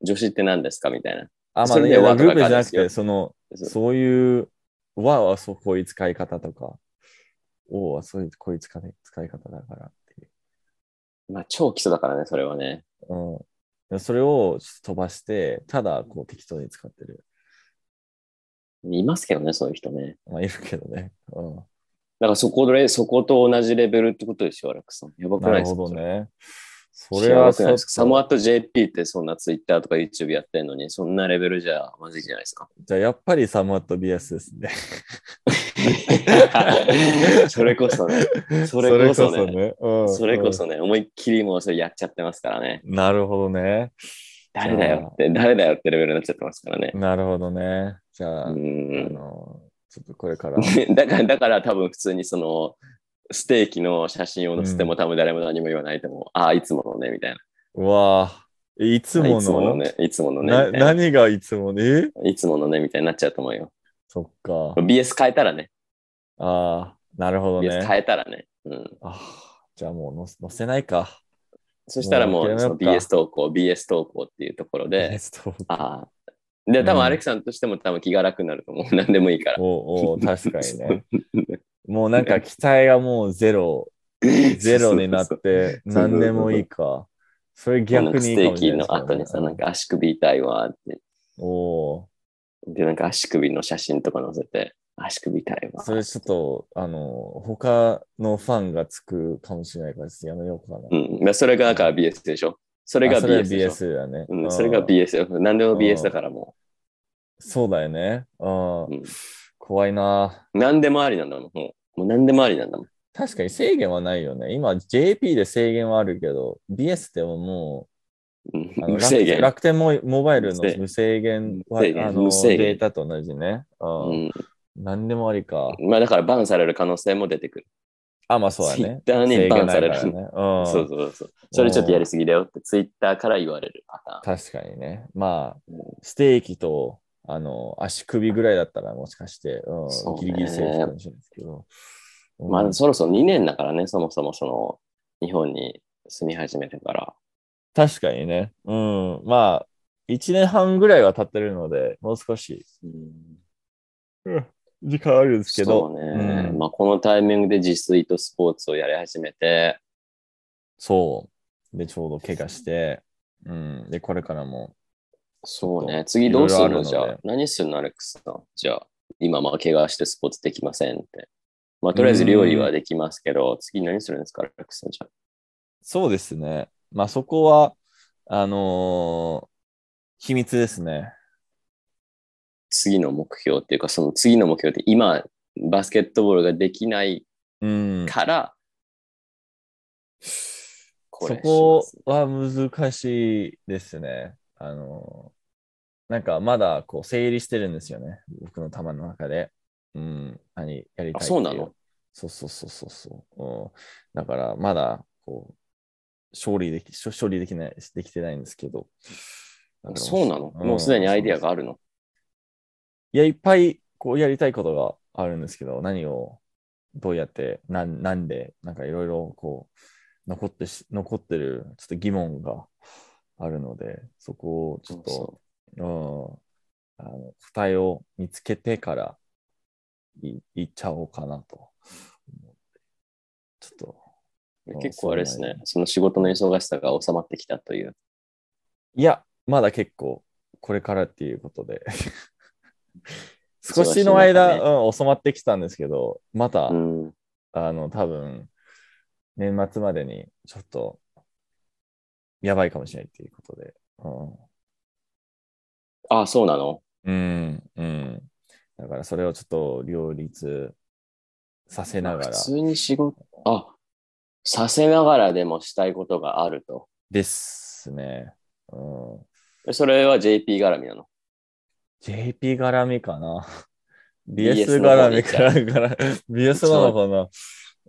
B: 女子って何ですかみたいな。
A: あ、ま
B: そ
A: あ、
B: れ
A: い
B: で
A: や
B: わ
A: グ
B: と
A: ルー
B: か
A: プじゃなく
B: がで
A: て、その、
B: そう
A: そういう、和はそうこういう使い方とか、おはそういうこういう使い使い方だからっていう。
B: まあ、超基礎だからね、それはね。
A: うんでもそれをちょっと飛ばして、ただこう適当に使ってる。
B: いますけどね、そういう人ね。
A: まあ、いるけどね。うん
B: だからそこで、そこと同じレベルってことですよ、アレックスさん。やばく
A: な
B: ない
A: る
B: です
A: ほど
B: か
A: ね。それは
B: 知
A: ち
B: ら
A: ょっ
B: なくないで
A: と
B: すかサモアット JP ってそんな Twitter とか YouTube やってんのに、そんなレベルじゃまずいじゃないで すか。
A: じゃあやっぱりサムアットビアスですね。
B: それこそね。
A: そ
B: それこそね
A: れこ
B: それこそね、思いっきりもうそれやっちゃってますからね。
A: うん。なるほどね。
B: 誰だよって、誰だよってレベルになっちゃってますからね。
A: なるほどね。じゃあ、
B: う
A: あ
B: ん。
A: の、ちょっとこれから。
B: だから、だから多分普通にその、ステーキの写真を載せても多分誰も何も言わないと思う。ああ、いつものね、みたいな。
A: うわぁ、いつも
B: いつもの
A: の
B: ね、いつものね、
A: な
B: みたいな
A: 何がいつものえ
B: いつものね、みたいになっちゃうと思うよ。
A: そっか。
B: BS 変えたらね、
A: ああ、なるほど
B: BS
A: ね。
B: 変えたらね。うん。
A: あーじゃあもうの載せないか。
B: そしたらも
A: もう諦め
B: う、そ
A: よ
B: の
A: うか
B: BS 投稿、BS 投稿っていうところ で、
A: そう
B: ああ。で、多
A: うん
B: 分アレクさんとしても多分気が楽になると思う。 何でもいいから。
A: お うおう確かにね。もうなんか期待がもうゼロ、 ゼロになっ
B: そうそう
A: て、
B: そうそう
A: 何でもいいか。それ逆にいいかもしれない
B: ステーキの後に
A: ですけ
B: さ、
A: ど
B: な
A: ね
B: んか足首痛いわって。
A: おお
B: で、なんか足首の写真とか載せて、足首痛いわ。
A: それちょっと、あの、他のファンがつくかもしれないから、ちょっとやめようかな。
B: うん。でそれがだから BS でしょ。それ
A: あ
B: が
A: それは
B: BS でしょ。
A: BS だね。う
B: う、
A: んん
B: それが BS よ。何でも BS だからも
A: そうだよね。うん
B: うん
A: 怖いな。
B: う。何でもありなんだもん。もうもう何でもありなんだもん。
A: 確かに制限はないよね。今、JP で制限はあるけど、BS でもも
B: うん
A: う、あの
B: 無制限。
A: 楽楽天モモバイルの無
B: 無
A: 制限は
B: 無制限
A: あの
B: 無制限
A: データと同じね。うん
B: う
A: 何でもありか。
B: ん。まあだからバンされる可能性も出てくる。
A: あ、まあそうだね。
B: Twitter に
A: 制
B: バ
A: 限
B: ンさ
A: ない
B: れ
A: から
B: る。
A: ね。うん、
B: そうそうそう。それちょっとやりすぎだよって、ツイッターから言われるパタ
A: 確かにね。ま
B: うん
A: あ、ステーキと、あの、足首ぐらいだったら、もしかして、うん
B: そうね
A: ギリギリセーフかもしれないですけど。
B: ーン。ま
A: う
B: あ、
A: ん
B: そろそろ2年だからね、そもそもその、日本に住み始めてから。
A: 確かにね。うん。まあ、1年半ぐらいは経ってるので、もう少し時間あるんですけど、
B: そうね。
A: うん
B: まあ、このタイミングで自炊とスポーツをやり始めて、
A: そう。で、ちょうど怪我して、うん。で、これからも、
B: そう
A: ちょっ
B: ね。次どうするの
A: いろいろあるので
B: じゃあ。何するのアレックスさん。じゃあ、今、まあ、怪我してスポーツできませんって。まあ、とりあえず料理はできますけど、次何するんですか、アレックスさん。じゃあ。
A: そうですね。まあ、そこは、あのー秘密ですね。
B: 次の目標っていうか、その次の目標って、今、バスケットボールができない
A: うん。
B: から、こ
A: そ
B: れ
A: こ
B: し
A: は難しいですね。あのーなんかまだこう整理してるんですよね。僕の頭の中で。うん。何やりたいってい
B: あそうなの
A: そうそうそうそうそう、うん。だからまだこう、勝利でき、勝勝利できない、できてないんですけど。だ
B: ま
A: か
B: す
A: ら
B: そうなの、
A: ん
B: もうすでにアイディアがあるの。
A: いや、いっぱいこうやりたいことがあるんですけど、何をどうやって、なんなんで、なんかいろいろこう、残ってし、残ってるちょっと疑問があるので、そこをちょっと、うん、あの答えを見つけてからいいっちゃおうかなと思って。ちょっと、
B: そう
A: うん
B: 結構あれです
A: そうな
B: ね
A: んや。
B: その仕事の忙しさが収まってきたという。
A: いや、まだ結構、これからっていうこと で。少しの
B: 忙しい
A: 間、
B: 中
A: うん、収まってきたんですけど、また、
B: うん。
A: あの、多分、年末までに、ちょっと、やばいかもしれないっていうことで。
B: ああ、そうなの
A: うん。うん。うん、だから、それをちょっと両立させなが
B: 普
A: ら
B: 通に仕事、あ、させながらでもしたいことがあると。
A: ですね。うん、
B: それは JP 絡みなの。
A: JP 絡みか な。BS
B: BS の方
A: 絡
B: に行
A: み
B: っち
A: か
B: ゃう
A: ら、 から BS なのかな。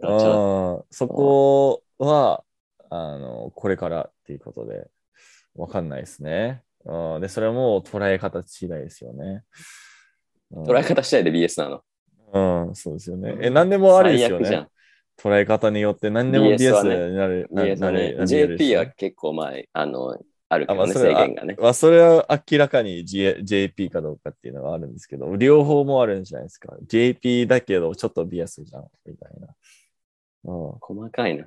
B: やっちゃう
A: うんそこは、あの、これからっていうことで、わかんないですね。うん、で、それはもう捉え方次第ですよね。うん
B: 捉え方次第で BS なの。
A: うん、そうですよね。え、何でもありですよ
B: 最悪じゃ
A: ね
B: ん。。
A: 捉え方によって何でも
B: BS はね
A: BS になる。な
B: BS
A: な
B: はね
A: る、なるよりです
B: JP
A: ね
B: は結構前、あの、あるけ
A: あま
B: ど
A: あ
B: ね、
A: それ
B: 制
A: は
B: 限がね。
A: まあ、それは明らかに、J、JP かどうかっていうのはあるんですけど、両方もあるんじゃないですか。JP だけど、ちょっとビアスじゃん、みたいな。う
B: 細かいな。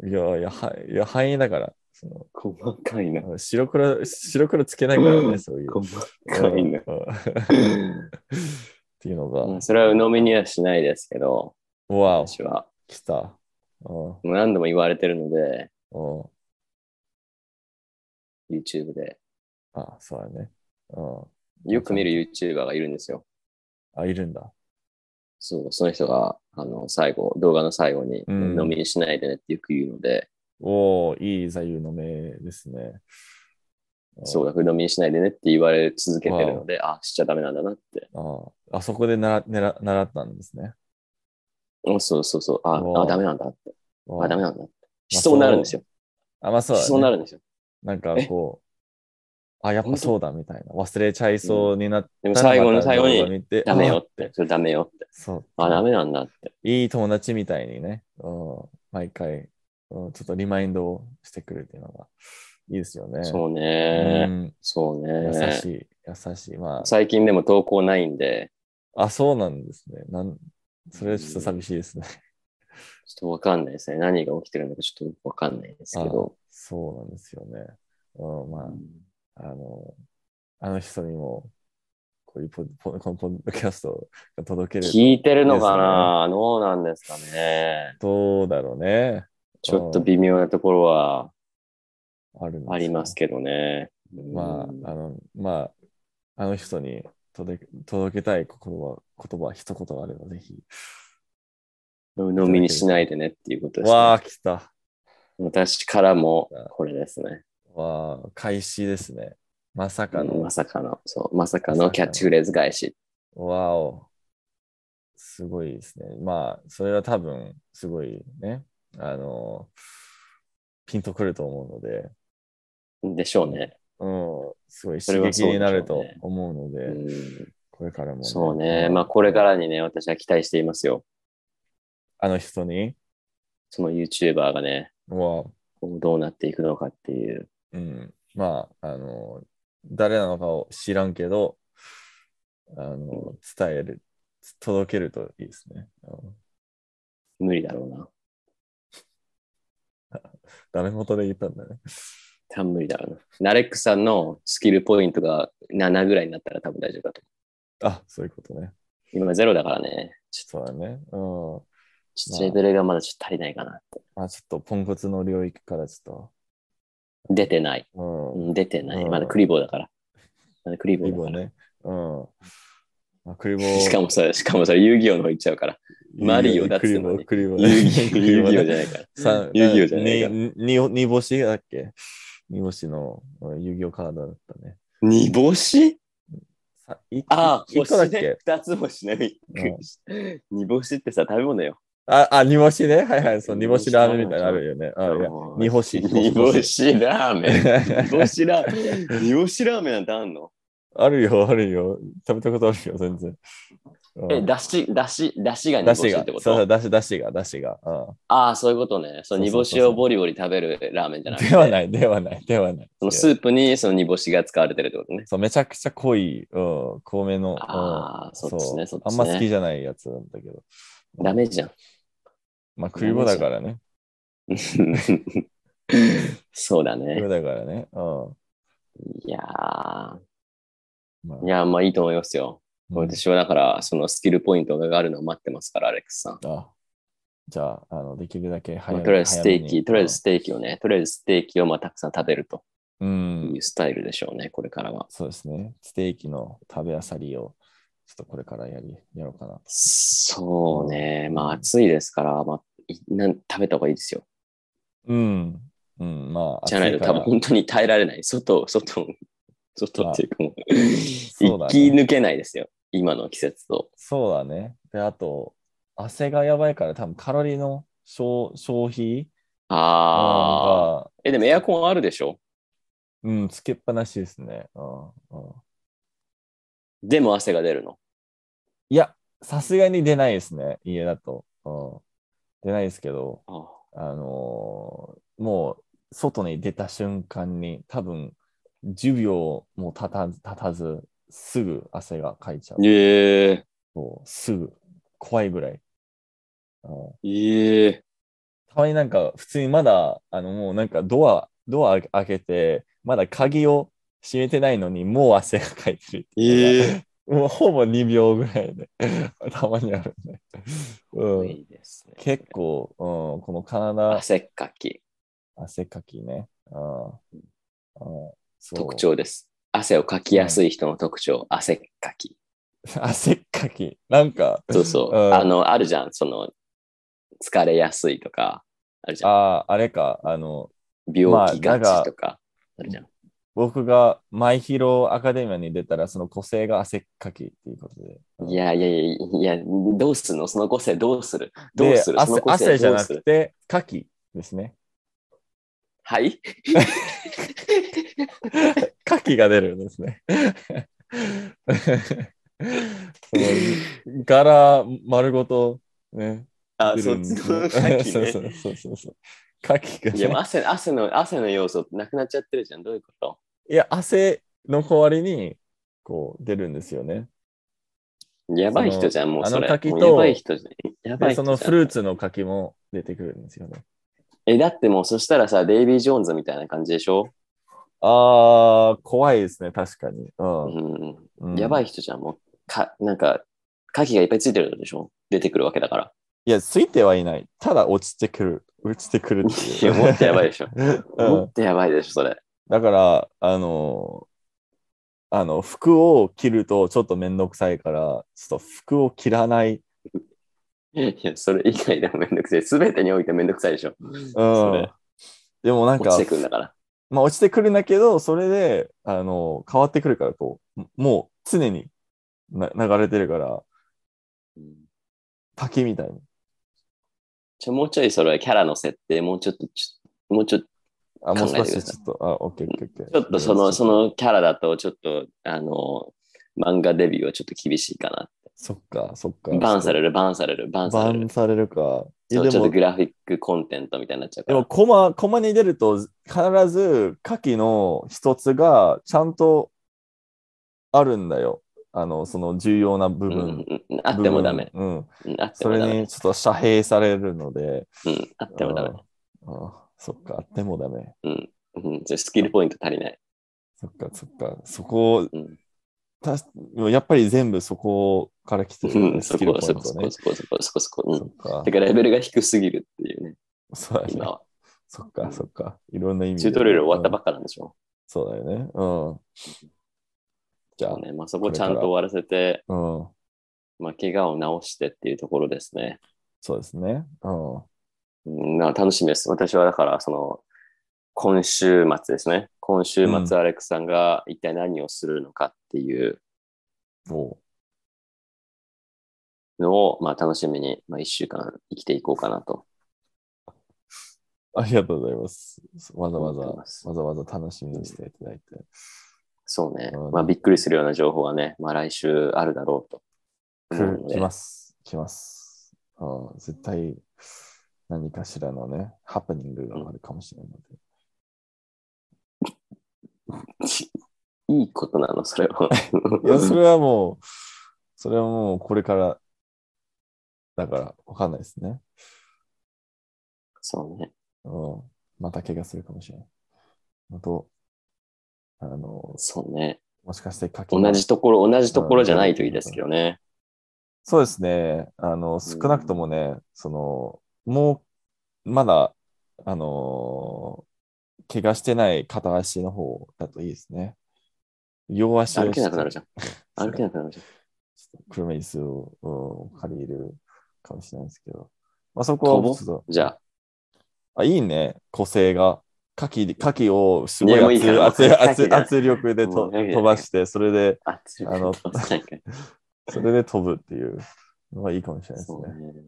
A: ん、いや、いや、はいや範囲だから、その
B: 細かいな。
A: あの白黒、白黒つけないからね、そういう。
B: 細かいな。
A: うんうんっていうのが、
B: まあそれは鵜呑みにはしないですけど、
A: わお、
B: 私は
A: 来た。うん
B: もう何度も言われてるので、
A: うん
B: YouTube で。
A: あ、そうだね。う
B: よく見る YouTuber がいるんですよ。
A: ん。あ、いるんだ。
B: そう、その人が、あの、最後、動画の最後に、
A: うん
B: 飲みにしないでねってよく言うので、
A: おおいい座右の銘ですね。
B: そうだ、飲みにしないでねって言われ続けてるので、あ、しちゃダメなんだなって。
A: あああそこで習習習ったんですね。
B: うんそうそうそう、
A: わ
B: あ、
A: あ
B: あダメなんだって。
A: わ
B: あ、
A: あ
B: ダメなんだって。しそうになるんですよ。
A: あ、まあそう
B: し
A: だ、ね。
B: そうになるんですよ。
A: なんかこう、あ、やっぱそうだみたいな。忘れちゃいそうになった
B: でも最後
A: ま
B: の
A: た
B: 最後に
A: 動画見て
B: ダメよっ
A: あ
B: て。それダメよって。
A: そう。
B: あ、ダメなんだって。
A: いい友達みたいにね、うん、毎回、うん、ちょっとリマインドをしてくるっていうのがいいですよね。
B: そう
A: う
B: ね。
A: ん、
B: そう
A: 優し
B: ね。
A: い、優しい。まあ、
B: 最近でも投稿ないんで、
A: あ、そうなんですね。なんそれはちょっと寂しいですね。
B: ちょっとわかんないですね。何が起きてるのかちょっとよくわかんないですけど。
A: そうなんですよね。うん、
B: う
A: ま
B: ん
A: あ、あの、あの人にも、こういうポポこのポッドキャストが届けると
B: 聞いてるのかなどうなんですかね。
A: どうだろうね。
B: ちょっと微妙なところは
A: あるんですよ
B: ありますけどね。うん
A: まあ、あの、まあ、あの人に届け届けたい言葉、言葉、一言があればぜひ。
B: 飲みにしないでねっていうことです、
A: わ
B: ね
A: あ、。来た。
B: 私からもこれですね。
A: わあ、開始ですね。まさか
B: うん
A: の
B: ま。さかの、そう、まさか
A: まさか
B: の
A: の
B: キャッチフレーズ返し。
A: わお。すごいですね。まあ、それは多分、すごいね。あの、ピンとくると思うので、
B: でしょうね。
A: うん、すごい
B: そ
A: 刺
B: れは
A: 激
B: そうでしょうね
A: になると思うので、
B: うん
A: これからも、
B: そうね。まあ、これからにね、私は期待していますよ。
A: あの人に、
B: その YouTuber がね、
A: わあ、
B: 今後どうなっていくのかっていう。
A: うん。まあ、あの、誰なのかを知らんけど、あの、伝える、届けるといいですね。うん
B: 無理だろうな。
A: ダメ元で言ったんだね。
B: 多分無理だろうな。ナレックさんのスキルポイントが7ぐらいになったら多分大丈夫だと
A: あ、そういうことね。
B: 思う。今0だからね。ちょ
A: そうだね。うん。
B: ちょっとレベルがまだちょっと足りないかな。
A: まあちょっとポンコツの領域からちょ
B: 出てない。
A: っと、
B: う
A: うん。
B: ん、出てない。
A: うん
B: まだクリボーだから。まだクリボ
A: クリ
B: ー
A: ボ
B: だ
A: ー
B: から。
A: ね。うん。まあ、クリボー。
B: しかもそれ、しかもそれ、遊戯王の方行っちゃ うから。マリオだっ
A: ク
B: つ
A: リ
B: うの
A: ボー、
B: に
A: クリボーね。
B: 遊戯遊戯王じゃないから。
A: さ
B: 遊戯王じゃないから
A: にに煮干しだっけ煮干しのうん遊戯王カードだったね。
B: 煮干し
A: さい
B: ああ、
A: い一個だっけ、
B: 星ね二つ星ね。びっくりした煮干しってさ、食べ物よ。
A: あ、あ、煮干しね。はいはい。そう、煮干しラーメンみたいなのあるよね。あ、いや、煮
B: 煮
A: 干し。
B: 煮干。しラーメン。煮干しラ
A: ン。
B: ーメン。煮干しラーメンなんてあんの
A: あるよ、あるよ。食べたことあるよ、全然。うん
B: え、だし、だし、だしが煮
A: だ
B: 干
A: し
B: し
A: が
B: って、こ
A: そうそう、
B: と
A: だし、だしが、だしが。う
B: ああ、そういうことね。そ
A: そう
B: の煮
A: そう
B: 干
A: そう
B: しをボリボリ食べるラーメンじゃ
A: ん
B: なくて。
A: ではない、ではない、ではない。
B: そのスープにその煮干しが使われてるってことね。
A: そう、めちゃくちゃ濃い、うん、濃めの。うん
B: ああ、そうですね、
A: そう
B: そ
A: う
B: で
A: あん
B: す
A: ま好き
B: ね。
A: じゃないやつなんだけど。
B: ダメじゃん。
A: まあ、食い物だからね。
B: そうだ
A: 食い
B: ね。
A: 物だからね。う
B: いやー、
A: ん。まあ
B: いやー、まあいいと思いますよ。私はだから、そのスキルポイントが上がるのを待ってますから、アレックスさん。
A: あじゃあ、あの、できるだけ
B: ま
A: 早
B: あ、
A: め
B: とりあえずステー
A: 早め
B: キ、
A: に
B: とりあえずステーキをね、とりあえずステーキをまあたくさん食べると
A: うん
B: い。うスタイルでしょうね、これからは。
A: そうですね。ステーキの食べあさりを、ちょっとこれからやり、やろうかな。
B: そうね、まあ暑いですから、まあ、いなん食べた方がいいですよ。
A: うん。うん、まあ、
B: じゃないと
A: 暑いか
B: 多
A: ら
B: 分本当に耐えられない。外、外、外っていうかもう、
A: そうだ
B: 生
A: ね
B: き抜けないですよ。今の季節と。
A: そうだね。で、あと、汗がやばいから、多分カロリーの消消費
B: ああ。
A: が、
B: え、でもエアコンあるでしょ
A: うん、つけっぱなしですね。うんうん、
B: でも汗が出るの。
A: いや、さすがに出ないですね、家だと。うん、出ないですけど、
B: あー
A: あのーもう外に出た瞬間に多分10秒も経た経たずすぐ汗がかいちゃう。
B: ええ
A: そうすぐ怖いぐらい。あの
B: ええ
A: たまになんか普通にまだあのもうなんかドアドア開けてまだ鍵を閉めてないのにもう汗がかいてるっていうのがもうほぼ2秒ぐらいでたまにあるね。う
B: い
A: ん、
B: いですね。
A: 結構、うん、この体
B: 汗っかき。
A: 汗かきね。あーそう
B: 特。徴です。汗をかきやすい人の特徴、汗っか き。
A: 汗っかき。なんか、
B: そうそうう。
A: ん
B: あの、あるじゃん。その、疲れやすいとか、あるじゃん。
A: ああ、あれか、あの、
B: 病気
A: まあな
B: が
A: ん
B: ち
A: か
B: とか、あるじゃん。
A: 僕がマイヒロアカデミアに出たら、その個性が汗っかきっていうことで。
B: いやいやいやいや、どうするのその個性どうするどう
A: です
B: るそ
A: 汗
B: の個
A: 汗
B: 性
A: じゃ
B: どう
A: な
B: す
A: く
B: る
A: て、かきですね。
B: はい
A: かきが出るんですね。 その柄丸ごと、ね。
B: あ、
A: 出
B: そ
A: る
B: っ
A: ん
B: ち
A: です
B: の牡蠣
A: そうそう
B: ね。
A: そうそうそう。かきが、
B: いや、もう
A: ね。
B: 汗、汗の、汗の要素なくなっちゃってるじゃん。どういうこと
A: いや、汗の代わりに、こう、出るんですよね。
B: やばい人じゃん、もうそれ。
A: あの牡蠣
B: もう
A: と
B: やばい人じゃん。やばい
A: で、そ
B: 人じ
A: の
B: ゃん。
A: フルーツの柿も出てくるんですよね。
B: え、だってもうそしたらさ、デイビー・ジョーンズみたいな感じでしょ、
A: あー、怖いですね、確かに。う
B: うん、
A: ん。うん、
B: やば
A: い。
B: い人じゃん、もう。か、なんか、牡蠣がいっぱいついてるでしょ出てくるわけだから。
A: いや、ついてはいない。ただ落ちてくる。落ちてくるって
B: い
A: いう。
B: や、もっとやばいでしょ。
A: うん
B: もっとやばいでしょ、それ。
A: だから、あのーあの、服を着るとちょっとめんどくさいから、ちょっと服を着らない。
B: いや、それ以外でもめんどくさい。すべてにおいてめんどくさいでしょ。
A: う
B: そ
A: ん
B: れ。
A: でもなん
B: 落
A: か
B: ちて、くるんだから。
A: まあ落ちてくるんだけど、それで、あのー変わってくるから、こう、ももう常にな流れてるから、滝みたいに。
B: ちょ、もうちょいそれ、キャラの設定、もうちょっと、ちょもうちょっと、
A: あ、もう
B: 考え
A: 少
B: てくだ
A: し
B: さ
A: ちょっと、あ、オッケーオッケーオッケー。
B: ちょっとその、そ
A: の。
B: のキャラだと、ちょっと、あの、漫画デビューはちょっと厳しいかな。
A: そっか、そっか。
B: バンされる、バンされる、バンさ
A: バ
B: れる
A: ン。されるか。い
B: ち
A: や
B: ょっ
A: で
B: と
A: も、
B: グラフィックコンテンツみたいになっちゃうか
A: でも
B: ら。
A: コマ、コマに出ると、必ず、下記の一つが、ちゃんとあるんだよ。あの、その重要な部
B: うんう
A: 分。
B: んうんあってもダメ。
A: 部分うん。
B: うんあって
A: そ
B: も
A: れ
B: ダメ。
A: に、ちょっと遮蔽されるので。
B: うん、あってもダメ。
A: あーあーそっか、あってもダメ。
B: うん、じゃあスキルポイント足りない。
A: そっか、そっか。そこを
B: うん、
A: たやっぱり全部そこから来てるよ
B: う
A: ね、
B: ん、そ
A: スキル
B: こ、
A: ポイ
B: そ
A: ン
B: こ、そ
A: ト
B: こ、
A: ね。
B: そこ、そこ、そこ、そこ。う
A: そ
B: ん。
A: っか
B: て。か、レベルが低すぎるっていうね、
A: そうだね
B: 今は。
A: そっか、そっか。いろんな意味
B: チュートリアル終わったば
A: っか、
B: っかなんでしょ。
A: そうだよね。うん。じゃ
B: そうね、まあそこちゃんと終わらせて、
A: あ、うん。
B: まあ、怪我を治してっていうところですね。
A: そうですね。うん。
B: うん、まあ楽しみです。私はだから、その、今週末ですね。今週
A: うん
B: 末、アレックさんが一体何をするのかっていう
A: お
B: のを、まあ、楽しみに、まあ、一週間生きていこうかなと。
A: ありがとうございます。わざわざ、
B: 思ってます
A: わざわざ楽しみにしていただいて。
B: そうね
A: うん。
B: まあ、びっくりするような情報はね、まあ、来週あるだろうと思うの
A: 来
B: で。
A: 来ます。来ます。うん絶対、何かしらのね、ハプニングがあるかもしれないので。
B: いいことなの、それは。
A: いや、それはもう、それはもうこれから、だから、わかんないですね。
B: そうね。
A: うん。また怪我するかもしれない。あと、あの、
B: そうね。
A: もしかして書き
B: 同じところ、同じところじゃないといいですけどね。
A: そうですね。あの、少なくともね、その、もう、まだ、あの怪我してない片足の方だといいですね。両足を
B: 歩けなくなるじゃん。
A: そう
B: 歩けなくなるじゃん。
A: ちょっと車椅子を、うん借りるかもしれないですけど。まあ、そこはちょっと、
B: じゃあ、
A: あ、いいね、個性が。カキ、カキをすご
B: い
A: い
B: やもういい
A: 圧
B: から
A: 圧
B: 牡蠣
A: 圧
B: だ
A: 圧力で
B: も
A: と
B: う牡蠣だ
A: 飛ばして、それで、
B: あ、つ
A: あの
B: なんか
A: それで飛ぶっていうのがいいかもしれないです
B: そ
A: ね。
B: うね。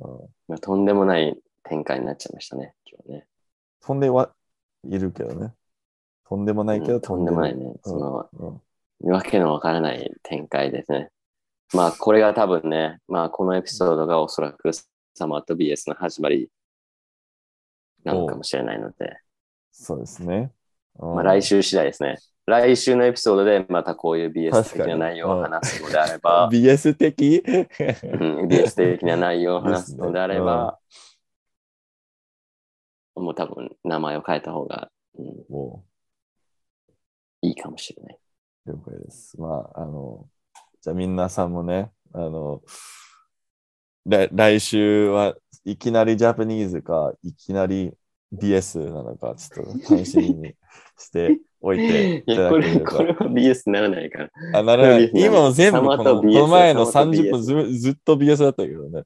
A: うん
B: まあ、とんでもない展開になっちゃいましたね、今日ね。
A: 飛んではいるけどね。とんでもないけ
B: う
A: ど、
B: んとんでもない
A: る。
B: ね。その、
A: うん
B: わけのわからない展開ですね。まあ、これが多分ね、まあ、このエピソードがおそらくサマーと BS の始まりなのかもしれないので、
A: そうですね。ま
B: まあ、来週次第ですね。来週のエピソードでまたこういう BS 的な内容を話すのであれ ば、
A: BS 的
B: うん BS 的な内容を話すのであれば、もう多分名前を変えた方が、うん、
A: も
B: いいかもしれない。
A: う、了解です。まあ、あの、じゃあみんなさんもね、あの、来来週はいきなりジャパニーズか、いきなり BS なのか、ちょっと楽しみにしておいてい た
B: いや、
A: だ
B: こ
A: け
B: れ、
A: れば
B: これは BS にならないから。
A: あ、なるほど
B: これ BS
A: 今の全部
B: サマ
A: こ
B: ーと
A: の、こ
B: BS
A: の前の
B: サマーと
A: 30分ずずっと BS だったけどね。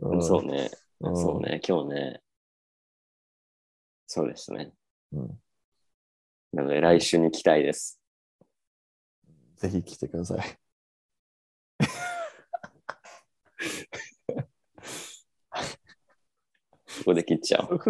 A: うん
B: そうね。
A: うん
B: そうね。今日ね。そうですね。
A: うん
B: なので、来週に期待です。
A: ぜひ来てください。
B: ここで切っちゃおう。